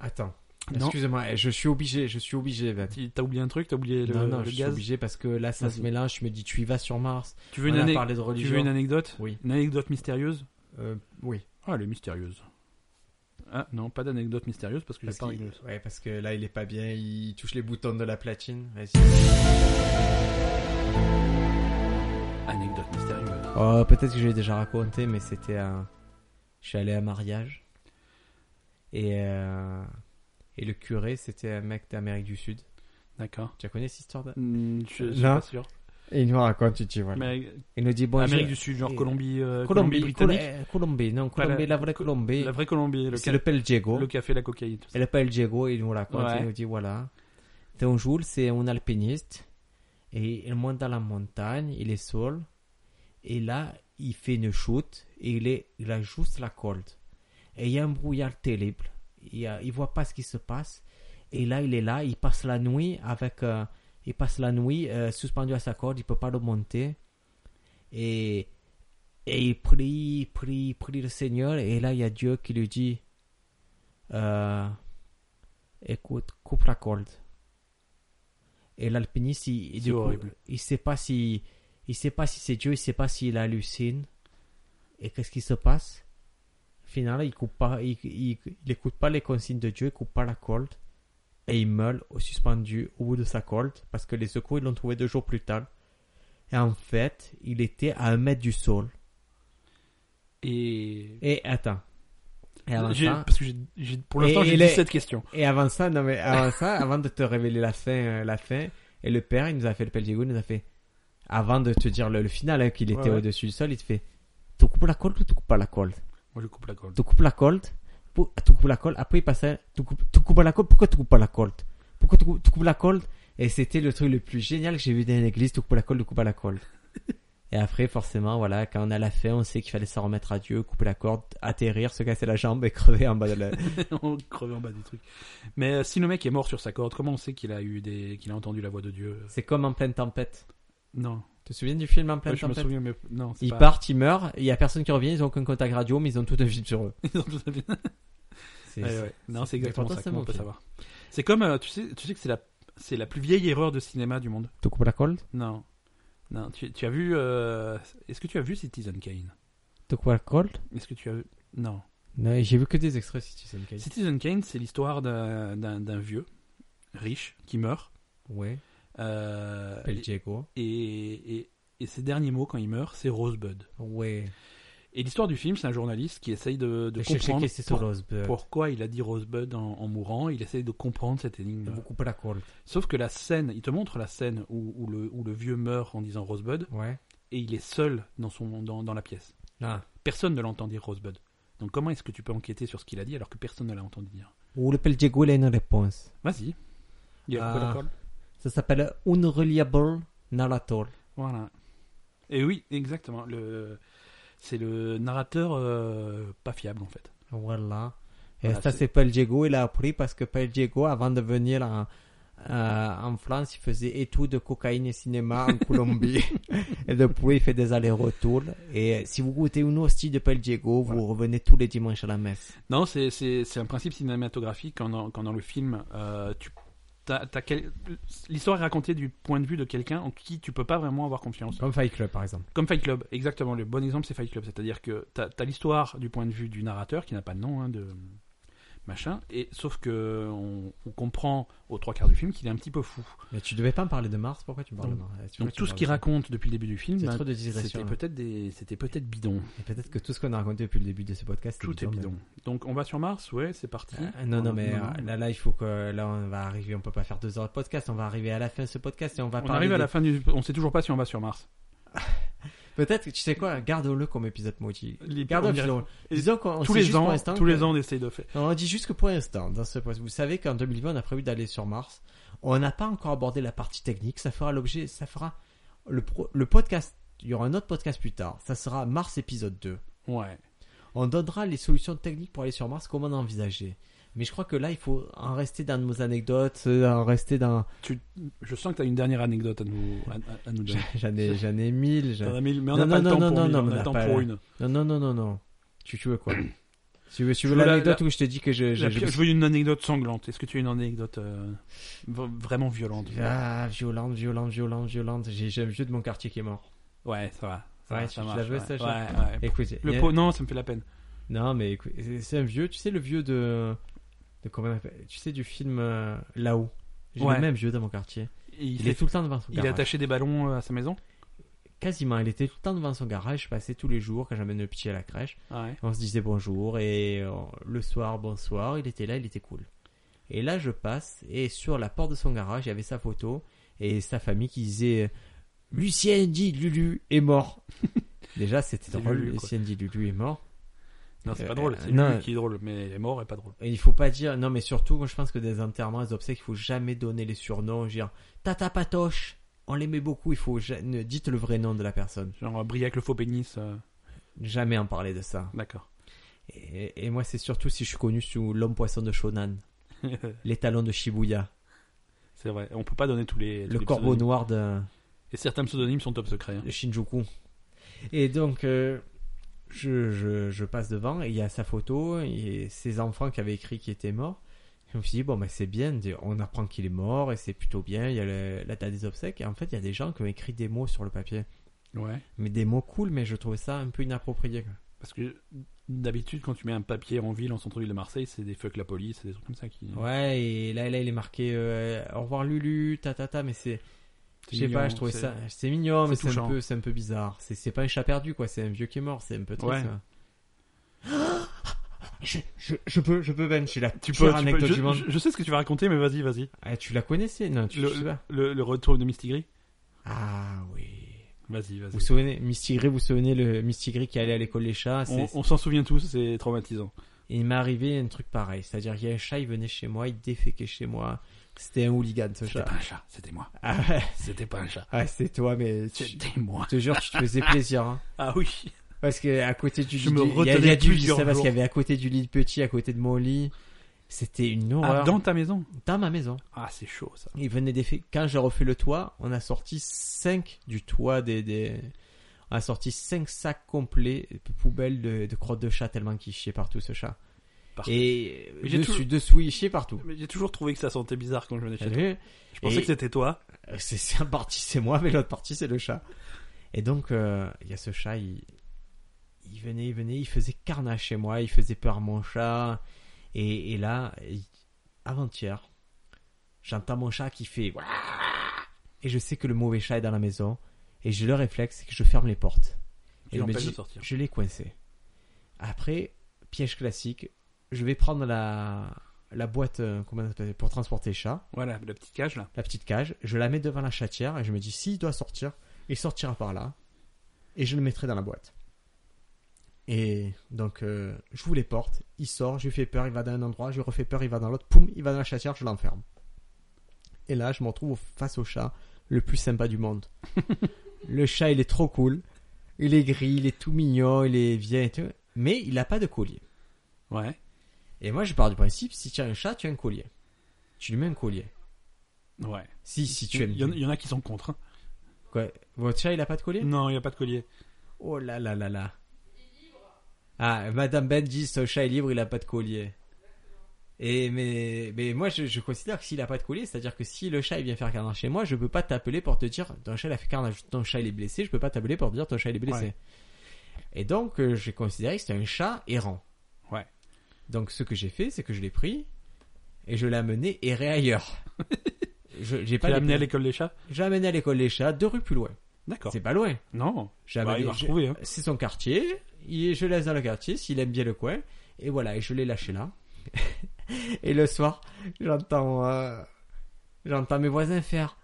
Attends.
Non.
Excusez-moi, je suis obligé, je suis obligé, Ben.
Tu- T'as oublié un truc, t'as oublié le,
non, non,
le
je suis
gaz.
obligé parce que là, ça se
Vas-y.
mélange. Je me dis, tu y vas sur Mars.
Tu veux, une
On a
ane-
parlé de
tu
religion.
veux une anecdote
Oui.
Une anecdote mystérieuse
Euh, oui.
Ah, elle est mystérieuse. Ah non, pas d'anecdote mystérieuse parce que
Parce
j'ai pas
qu'il-
réglé ça.
ouais, parce que là, il est pas bien. Il touche les boutons de la platine. Vas-y.
Anecdote mystérieuse.
Oh, peut-être que je l'ai déjà raconté, mais c'était un. Je suis allé à un mariage. Et, euh, et le curé, c'était un mec d'Amérique du Sud.
D'accord.
Tu as connu cette histoire de-
Hmm, Je, je suis
Là.
pas sûr.
Et il nous raconte, tu- tu vois.
Mais
Il nous dit bonjour.
Amérique du Sud, genre
Et-
Colombie, euh,
Colombie,
Colombie britannique.
Col- euh, Colombie, non,
Pas la-
Colombie, la, vraie
Co-
Colombie.
La vraie Colombie, le,
C'est
ca-
le Pel Diego.
le café, la cocaïne. tout ça.
Elle appelle Diego, il nous raconte,
Ouais.
il nous dit voilà. Don Jules, c'est un alpiniste. Et il monte dans la montagne, il est seul. Et là, il fait une chute et il, est, il a juste la corde. Et il y a un brouillard terrible. Il y a- il voit pas ce qui se passe. Et là, il est là, il passe la nuit avec. euh, il passe la nuit euh, suspendu à sa corde, il peut pas le monter. Et, et il prie, prie, prie le Seigneur. Et là, il y a Dieu qui lui dit euh, écoute, coupe la corde. Et l'alpiniste, il, il-
C'est
du coup,
horrible.
il sait pas si, il sait pas si c'est Dieu, il sait pas s'il hallucine. Et qu'est-ce qui se passe Finalement, il coupe pas, il, il, il écoute pas les consignes de Dieu, il coupe pas la corde. Et il meurt au suspendu au bout de sa corde parce que les secours ils l'ont trouvé deux jours plus tard. Et en fait, il était à un mètre du sol.
Et.
Et attends. Et avant
J'ai-
ça,
Parce que j'ai- j'ai- pour
Et-
l'instant,
et
j'ai
les-
17 questions.
Et avant ça, non mais avant ça, avant de te révéler la fin, euh, la fin, et le père, il nous a fait le Peltigo, il nous a fait, avant de te dire le, le final, hein, qu'il
Ouais,
était
ouais.
au-dessus du sol, il te fait, tu coupes la colle ou tu coupes pas la colle
Moi, je coupe la corde.
Tu coupes la colle, pou- tu coupes la colle, après il passait, tu coupes, tu coupes la colle, pourquoi tu coupes pas la colle Pourquoi tu coupes, tu coupes la colle Et c'était le truc le plus génial que j'ai vu dans une église, tu coupes la colle, tu coupes pas la colle. Et après, forcément, voilà, quand on a la fin, on sait qu'il fallait s'en remettre à Dieu, couper la corde, atterrir, se casser la jambe et *laughs* crever en bas de la...
*laughs* on crevait en bas des trucs. Mais euh, si le mec est mort sur sa corde, comment on sait qu'il a eu des, qu'il a entendu la voix de Dieu euh,
C'est comme en pleine tempête.
Non,
Tu te souviens du film en pleine
Ouais, je me
tempête
souviens, mais non, c'est
Ils
pas- *laughs*
partent, ils meurent, il y a personne qui revient, ils ont aucun contact radio, mais ils ont tout un film sur eux.
Ils ont tout à fait-
C'est-
Ouais, ouais. Non, c'est
mais
exactement
pourtant,
ça.
c'est
Comment
mon
on peut
film.
savoir C'est comme, euh, tu sais, tu sais que c'est la, c'est la plus vieille erreur de cinéma du monde.
Tu coupes la colle
Non, non. Tu, tu as vu euh, Est-ce que tu as vu Citizen Kane
Tu coupes la colle
Est-ce que tu as vu Non.
Non, j'ai vu que des extraits si tu sais lequel.
Citizen Kane, c'est l'histoire d'un, d'un- d'un vieux riche qui meurt.
Ouais,
euh,
Pel Diego.
et, et- et ses derniers mots quand il meurt, c'est Rosebud.
Ouais.
Et l'histoire du film, c'est un journaliste qui essaye de, de
Je cherchais
comprendre
qui c'est
pour-
sur Rosebud.
pourquoi il a dit Rosebud en, en mourant. Il essaye de comprendre cette énigme.
Vous coupez la colle.
Sauf que la scène, il te montre la scène où, où le, où le vieux meurt en disant Rosebud
Ouais.
et il est seul dans, son, dans, dans la pièce.
Ah.
Personne ne l'entend dire Rosebud. Donc comment est-ce que tu peux enquêter sur ce qu'il a dit alors que personne ne l'a entendu dire
Ou le Pel Diego, il a une réponse.
Vas-y. Euh, Il y a
Ah.
quoi, la colle
Ça s'appelle Unreliable Narrator.
Voilà. Et oui, exactement. Le... C'est le narrateur euh, pas fiable en fait.
Voilà. Et
Voilà,
ça,
c'est-
c'est Pel Diego, il a appris parce que Pel Diego, avant de venir en, euh, en France, il faisait études de cocaïne et cinéma en
*laughs*
Colombie. et depuis, il fait des allers-retours. Et euh, si vous goûtez une hostie de Pel Diego, vous revenez tous les dimanches à la messe.
Non, c'est- c'est c'est un principe cinématographique quand dans, quand dans le film, euh, tu- t'as- t'as quel- l'histoire est racontée du point de vue de quelqu'un en qui tu peux pas vraiment avoir confiance.
Comme Fight Club, par exemple.
Comme Fight Club, exactement. Le bon exemple, c'est Fight Club. C'est-à-dire que t'as as, l'histoire du point de vue du narrateur qui n'a pas de nom, hein, de machin, et sauf que on, on comprend aux trois quarts du film qu'il est un petit peu fou.
Mais tu devais pas me parler de Mars, pourquoi tu me parles
Donc-
de Mars Tu vois
Donc
que
tout
tu
ce
me
qu'il
parles de-
raconte depuis le début du film,
C'est
ben,
trop de digression,
c'était
là.
peut-être des- c'était peut-être bidon.
Et peut-être que tout ce qu'on a raconté depuis le début de ce podcast, c'est
Tout est bidon. Donc on va sur Mars, ouais, c'est parti.
Euh, non, non, mais
Non,
euh,
non.
là, là, il faut que. Là, on va arriver. On peut pas faire deux heures de podcast. On va arriver à la fin de ce podcast et on va
on
parler.
arrive à
des-
la fin du. On sait toujours pas si on va sur Mars.
Peut-être que tu sais quoi Gardons-le comme épisode maudit.
Les- on
Gardons-le.
dirait-
disons- Disons qu'on
tous
sait
les
juste
ans,
pour l'instant
tous
que-
les ans, on essaye de faire.
Non, on dit juste que pour l'instant, dans ce podcast, vous savez qu'en 2020, on a prévu d'aller sur Mars. On n'a pas encore abordé la partie technique. Ça fera l'objet, ça fera le, pro- le podcast. Il y aura un autre podcast plus tard. Ça sera Mars épisode 2.
Ouais.
On donnera les solutions techniques pour aller sur Mars, comment envisager. Mais je crois que là, il faut en rester dans nos anecdotes, euh, en rester dans.
Tu, je sens que t'as une dernière anecdote à nous, à, à- à nous donner.
*laughs* J'en ai, j'en ai mille. j'en-
T'en as mille, mais on
Non,
n'a pas
non,
le temps
non,
pour
non,
mille,
non,
on
on
a
n'a
le temps
pas
pour
la-
une.
Non, non, non, non, non. Tu, tu veux
*clears throat*
quoi Tu veux, tu veux
veux la-
l'anecdote où je te dis que je. je,
La
je-
pire- je veux une anecdote sanglante. Est-ce que tu as une anecdote euh, v- vraiment violente
Ah, violente, violente, violente, violente. J'ai j'ai un vieux de mon quartier qui est mort.
Ouais, ça va. Ça,
Ouais,
va,
tu-
ça
tu
marche,
la veux,
ouais.
Sacha
Ouais, ouais.
Écoute, il y
Le
a-
pot, non, ça me fait la peine.
non, mais écoute, c'est- c'est un vieux, tu sais, le vieux de. de comment on appelle- Tu sais, du film euh, Là-haut. J'ai
Ouais.
le même vieux dans mon quartier.
Il,
Il,
s'est-
est tout le temps devant son
il a
garage.
attaché des ballons euh, à sa maison
Quasiment, il était tout le temps devant son garage. Je passais tous les jours quand j'emmène le petit à la crèche.
Ouais.
On se disait bonjour et euh, le soir, bonsoir. Il était là, il était cool. Et là, je passe et sur la porte de son garage, il y avait sa photo et sa famille qui disait Lucien dit Lulu est mort. *laughs* Déjà, c'était
C'est
drôle.
Lulu, quoi.
Lucien dit Lulu est mort.
Non, c'est
Euh,
pas drôle, c'est
non.
lui qui est drôle, mais il est mort et pas drôle.
Et il faut pas dire. Non, mais surtout, moi, je pense que des enterrements, des obsèques, il faut jamais donner les surnoms. Dire Tata Patoche, on l'aimait beaucoup. Il faut ja- ne- dites le vrai nom de la personne.
Genre euh, Briac le faux pénis, euh,
Jamais en parler de ça.
d'accord. *laughs*
Et, et moi, c'est surtout si je suis connu sous l'homme poisson de Shonan, les talons de Shibuya,
c'est vrai, on peut pas donner tous les. tous
le
les
corbeau
pseudonymes.
noir de,
Et certains pseudonymes sont top secrets. hein.
de Shinjuku. Et donc, euh, je, je, je passe devant et il y a sa photo et ses enfants qui avaient écrit qu'il était mort. Et je me suis dit, bon, bah, c'est bien, on apprend qu'il est mort et c'est plutôt bien. Il y a le- la date des obsèques. Et en fait, il y a des gens qui ont écrit des mots sur le papier.
Ouais.
Mais des mots cool, mais je trouvais ça un peu inapproprié. quoi.
Parce que d'habitude, quand tu mets un papier en ville, en centre-ville de Marseille, c'est des fuck la police, c'est des trucs comme ça qui.
Ouais, et là, là il est marqué euh, au revoir Lulu, tatata, mais c'est.
C'est
Je sais
mignon,
pas, je trouvais
c'est-
ça. C'est mignon,
c'est
mais c'est un,
touchant.
peu, c'est un peu bizarre. C'est, c'est pas un chat perdu, quoi. C'est un vieux qui est mort. C'est un peu triste.
Ouais.
quoi. *gasps* Je, je, je peux, je peux, Ben. Je suis la tu
Tu peux, tu peux-
anecdote
je,
du monde.
je- je sais ce que tu vas raconter, mais vas-y, vas-y.
Ah, tu la connaissais Non, tu
Le,
je sais pas.
le- le retour de Mistigri
Ah oui.
Vas-y,
Vous vous
vas-y.
souvenez, Misty Gris, vous vous souvenez le Misty Gris qui allait à l'école des chats c'est-
On, on s'en souvient tous, c'est traumatisant.
Et il m'est arrivé un truc pareil. C'est-à-dire qu'il y a un chat, il venait chez moi, il déféquait chez moi. C'était un hooligan ce
C'était
chat.
pas un chat, c'était moi.
Ah, ouais.
C'était pas un chat.
Ah, c'est toi, mais tu- je
C'était moi.
te jure, tu te faisais plaisir. hein.
Ah oui.
Parce que à côté du
Je
lit,
me
du- il y a, il y
retenais
a du lit,
plusieurs
ça, parce
jours.
qu'il y avait à côté du lit de petit, à côté de mon lit. C'était une
Ah,
horreur.
dans ta maison
Dans ma maison.
Ah, c'est chaud ça.
Il venait des faits. Quand j'ai refait le toit, on a sorti 5 du toit des, des- On a sorti 5 sacs complets, de poubelles de, de crottes de chat tellement qu'il chiait partout ce chat.
Parfait.
Et
Mais j'ai
dessus,
tout-
dessous, il chiait partout.
Mais j'ai toujours trouvé que ça sentait bizarre quand je venais
T'as
chez toi.
vu
Je pensais
Et-
que c'était toi.
Euh, C'est c'est un parti, c'est moi, mais l'autre partie, c'est le chat. Et donc, euh, il y a ce chat, il, il venait, il venait, il faisait carnage chez moi, il faisait peur à mon chat. Et, et là, il- avant-hier, j'entends mon chat qui fait. Ouah Et je sais que le mauvais chat est dans la maison. Et j'ai le réflexe, c'est que je ferme les portes.
Tu
Et je me
l'empêches
dis,
de sortir.
je l'ai coincé. Après, piège classique, je vais prendre la, la boîte euh, comment ça s'appelle, pour transporter le chat
Voilà, la petite cage là.
la petite cage, je la mets devant la chatière et je me dis s'il doit sortir, il sortira par là et je le mettrai dans la boîte. Et donc euh, je vous les porte, il sort, je lui fais peur, il va dans un endroit, je lui refais peur, il va dans l'autre, poum, il va dans la chatière, je l'enferme. Et là, je me retrouve face au chat le plus sympa du
*laughs*
monde. le chat, il est trop cool, il est gris, il est tout mignon, il est bien et tout, mais il n'a pas de collier.
Ouais.
Et moi, je pars du principe si tu as un chat, tu as un collier. Tu lui mets un collier.
Ouais.
Si, si tu aimes.
Il y, en, il y en a qui sont contre. hein.
Quoi Votre chat, il a pas de collier
Non, il n'y a pas de collier.
Oh là là là là. Ah, Madame Ben dit ce chat est libre, il a pas de collier. Et mais, mais moi, je, je considère que s'il a pas de collier, c'est-à-dire que si le chat il vient faire carnage chez moi, je peux pas t'appeler pour te dire ton chat il a fait carnage, ton chat il est blessé, je peux pas t'appeler pour te dire ton chat il est blessé.
Ouais.
Et donc, euh, j'ai considéré que c'était un chat errant.
Ouais.
Donc, ce que j'ai fait, c'est que je l'ai pris et je l'ai amené errer ailleurs.
*laughs*
je, j'ai
Tu
pas
l'as
les-
amené à l'école des chats
J'ai amené à l'école des chats, deux rues plus loin.
D'accord.
C'est pas loin.
Non.
J'ai
Bah,
amené-
il va
j'ai-
retrouver. hein.
c'est son quartier. Il, je le laisse dans le quartier s'il aime bien le coin. Et voilà, et je l'ai lâché là. *laughs* et le soir, j'entends, euh, j'entends mes voisins faire.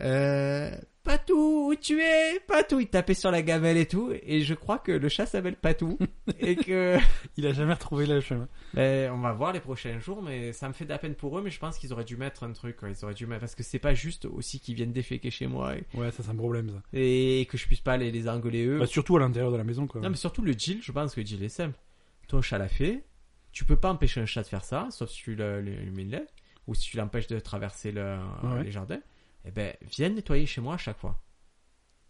Euh, Patou, où tu es Patou, il tapait sur la gamelle et tout. Et je crois que le chat s'appelle
*laughs*
Patou. et que
Il a jamais retrouvé le chemin.
ben, on va voir les prochains jours, mais ça me fait de la peine pour eux. Mais je pense qu'ils auraient dû mettre un truc. quoi. Ils auraient dû mettre parce que c'est pas juste aussi qu'ils viennent déféquer chez moi
Ouais, ça c'est un problème ça.
et, et que je puisse pas les, les engueuler eux.
Bah, surtout à l'intérieur de la maison quoi.
Non, mais surtout le deal, je pense que le deal est simple. Ton chat l'a fait, tu peux pas empêcher un chat de faire ça, sauf si tu le, le- le mets le lait, ou si tu l'empêches de traverser le, euh,
Ouais.
les jardins. Eh ben, viens nettoyer chez moi à chaque fois.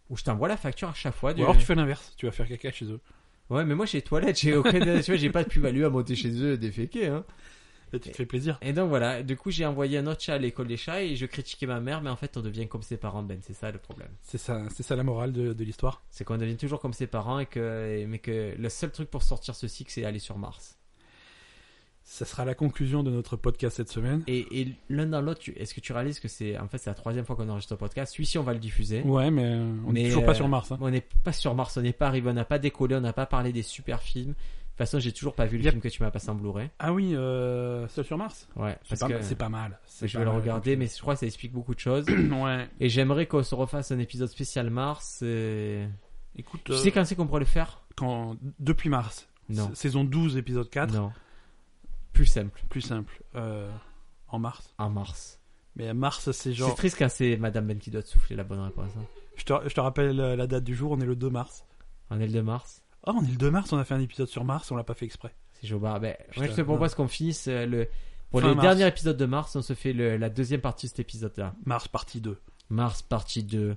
Ou je t'envoie la facture à chaque fois. du-
Ou alors tu fais l'inverse, tu vas faire caca chez eux.
Ouais, mais moi j'ai toilette, j'ai aucun- tu vois, j'ai pas de plus-value à monter chez eux et déféquer. Hein.
Et tu te fais plaisir.
Et donc voilà, du coup j'ai envoyé un autre chat à l'école des chats et je critiquais ma mère, mais en fait on devient comme ses parents, Ben, c'est ça le problème.
C'est ça, c'est ça la morale de, de l'histoire.
C'est qu'on devient toujours comme ses parents et que, mais que le seul truc pour sortir ce cycle c'est aller sur Mars.
Ça sera la conclusion de notre podcast cette semaine.
Et, et l'un dans l'autre, tu- est-ce que tu réalises que c'est en fait c'est la troisième fois qu'on enregistre un podcast Celui-ci, on va le diffuser.
Ouais, mais euh, on
Mais,
est toujours pas
euh,
sur Mars. hein.
On n'est pas sur Mars, on n'est pas arrivé, on n'a pas décollé, on n'a pas parlé des super films. toute façon, j'ai toujours pas vu le
Yep.
film que tu m'as passé en Blu-ray.
Ah oui, euh, Seul sur Mars
Ouais,
C'est
parce
pas,
que
c'est pas mal. c'est
je
pas
vais le
mal.
regarder, mais je crois que ça explique beaucoup de choses.
*clears throat* ouais.
Et j'aimerais qu'on se refasse un épisode spécial Mars. Et...
Écoute,
Tu
euh,
sais quand c'est qu'on pourrait le faire
quand... depuis mars,
Non.
sa- saison 12, épisode 4,
Non. Plus simple,
plus simple, euh, en mars.
en mars.
Mais mars, c'est
C'est
genre.
triste quand c'est Madame Ben qui doit te souffler la bonne réponse. hein.
Je te, je te rappelle euh, la date du jour, on est le 2 mars.
En aile de Mars.
Oh, on est le 2 mars, on a fait un épisode sur Mars, on l'a pas fait exprès.
C'est Jobard. Ben,
Putain,
moi, je te propose qu'on finisse euh, le. Pour
Fin
le
mars.
dernier épisode de Mars, on se fait le- la deuxième partie de cet épisode-là.
Mars, partie 2.
Mars partie 2.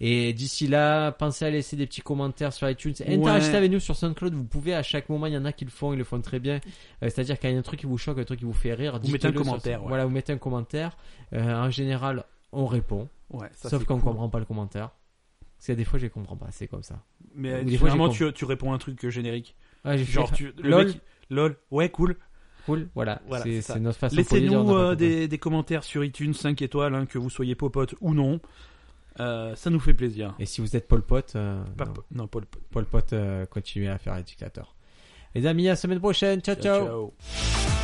Et d'ici là, pensez à laisser des petits commentaires sur iTunes.
Ouais.
Interagissez avec nous sur SoundCloud. Vous pouvez à chaque moment, il y en a qui le font, ils le font très bien. Euh, C'est-à-dire qu'il y a un truc qui vous choque, un truc qui vous fait rire. dites-le
mettez un
sur-
commentaire, ouais.
Voilà, vous mettez un commentaire. Euh, en général, on répond.
Ouais, ça
sauf
c'est
qu'on
cool.
comprend pas le commentaire. Parce que des fois, je les comprends pas. C'est comme ça.
Mais
Ou
euh,
des fois,
généralement,
j'ai
tu, tu réponds un truc euh, générique.
Ouais, j'ai
Genre,
fait-
tu, le
Lol. Ah,
mec, lol, ouais, cool.
cool. Voilà,
Voilà,
c'est
c'est ça.
c'est notre façon. polie de dire, on n'a
Laissez-nous
pas
euh,
compris.
des, des commentaires sur iTunes, 5 étoiles, hein, que vous soyez popote ou non. Euh, ça nous fait plaisir.
Et si vous êtes Paul Pot, euh,
Pas
non.
po- non, Paul. Pot.
Paul Pot, euh, continuez à faire les dictateurs. Les amis, à la semaine prochaine. ciao. ciao.
ciao.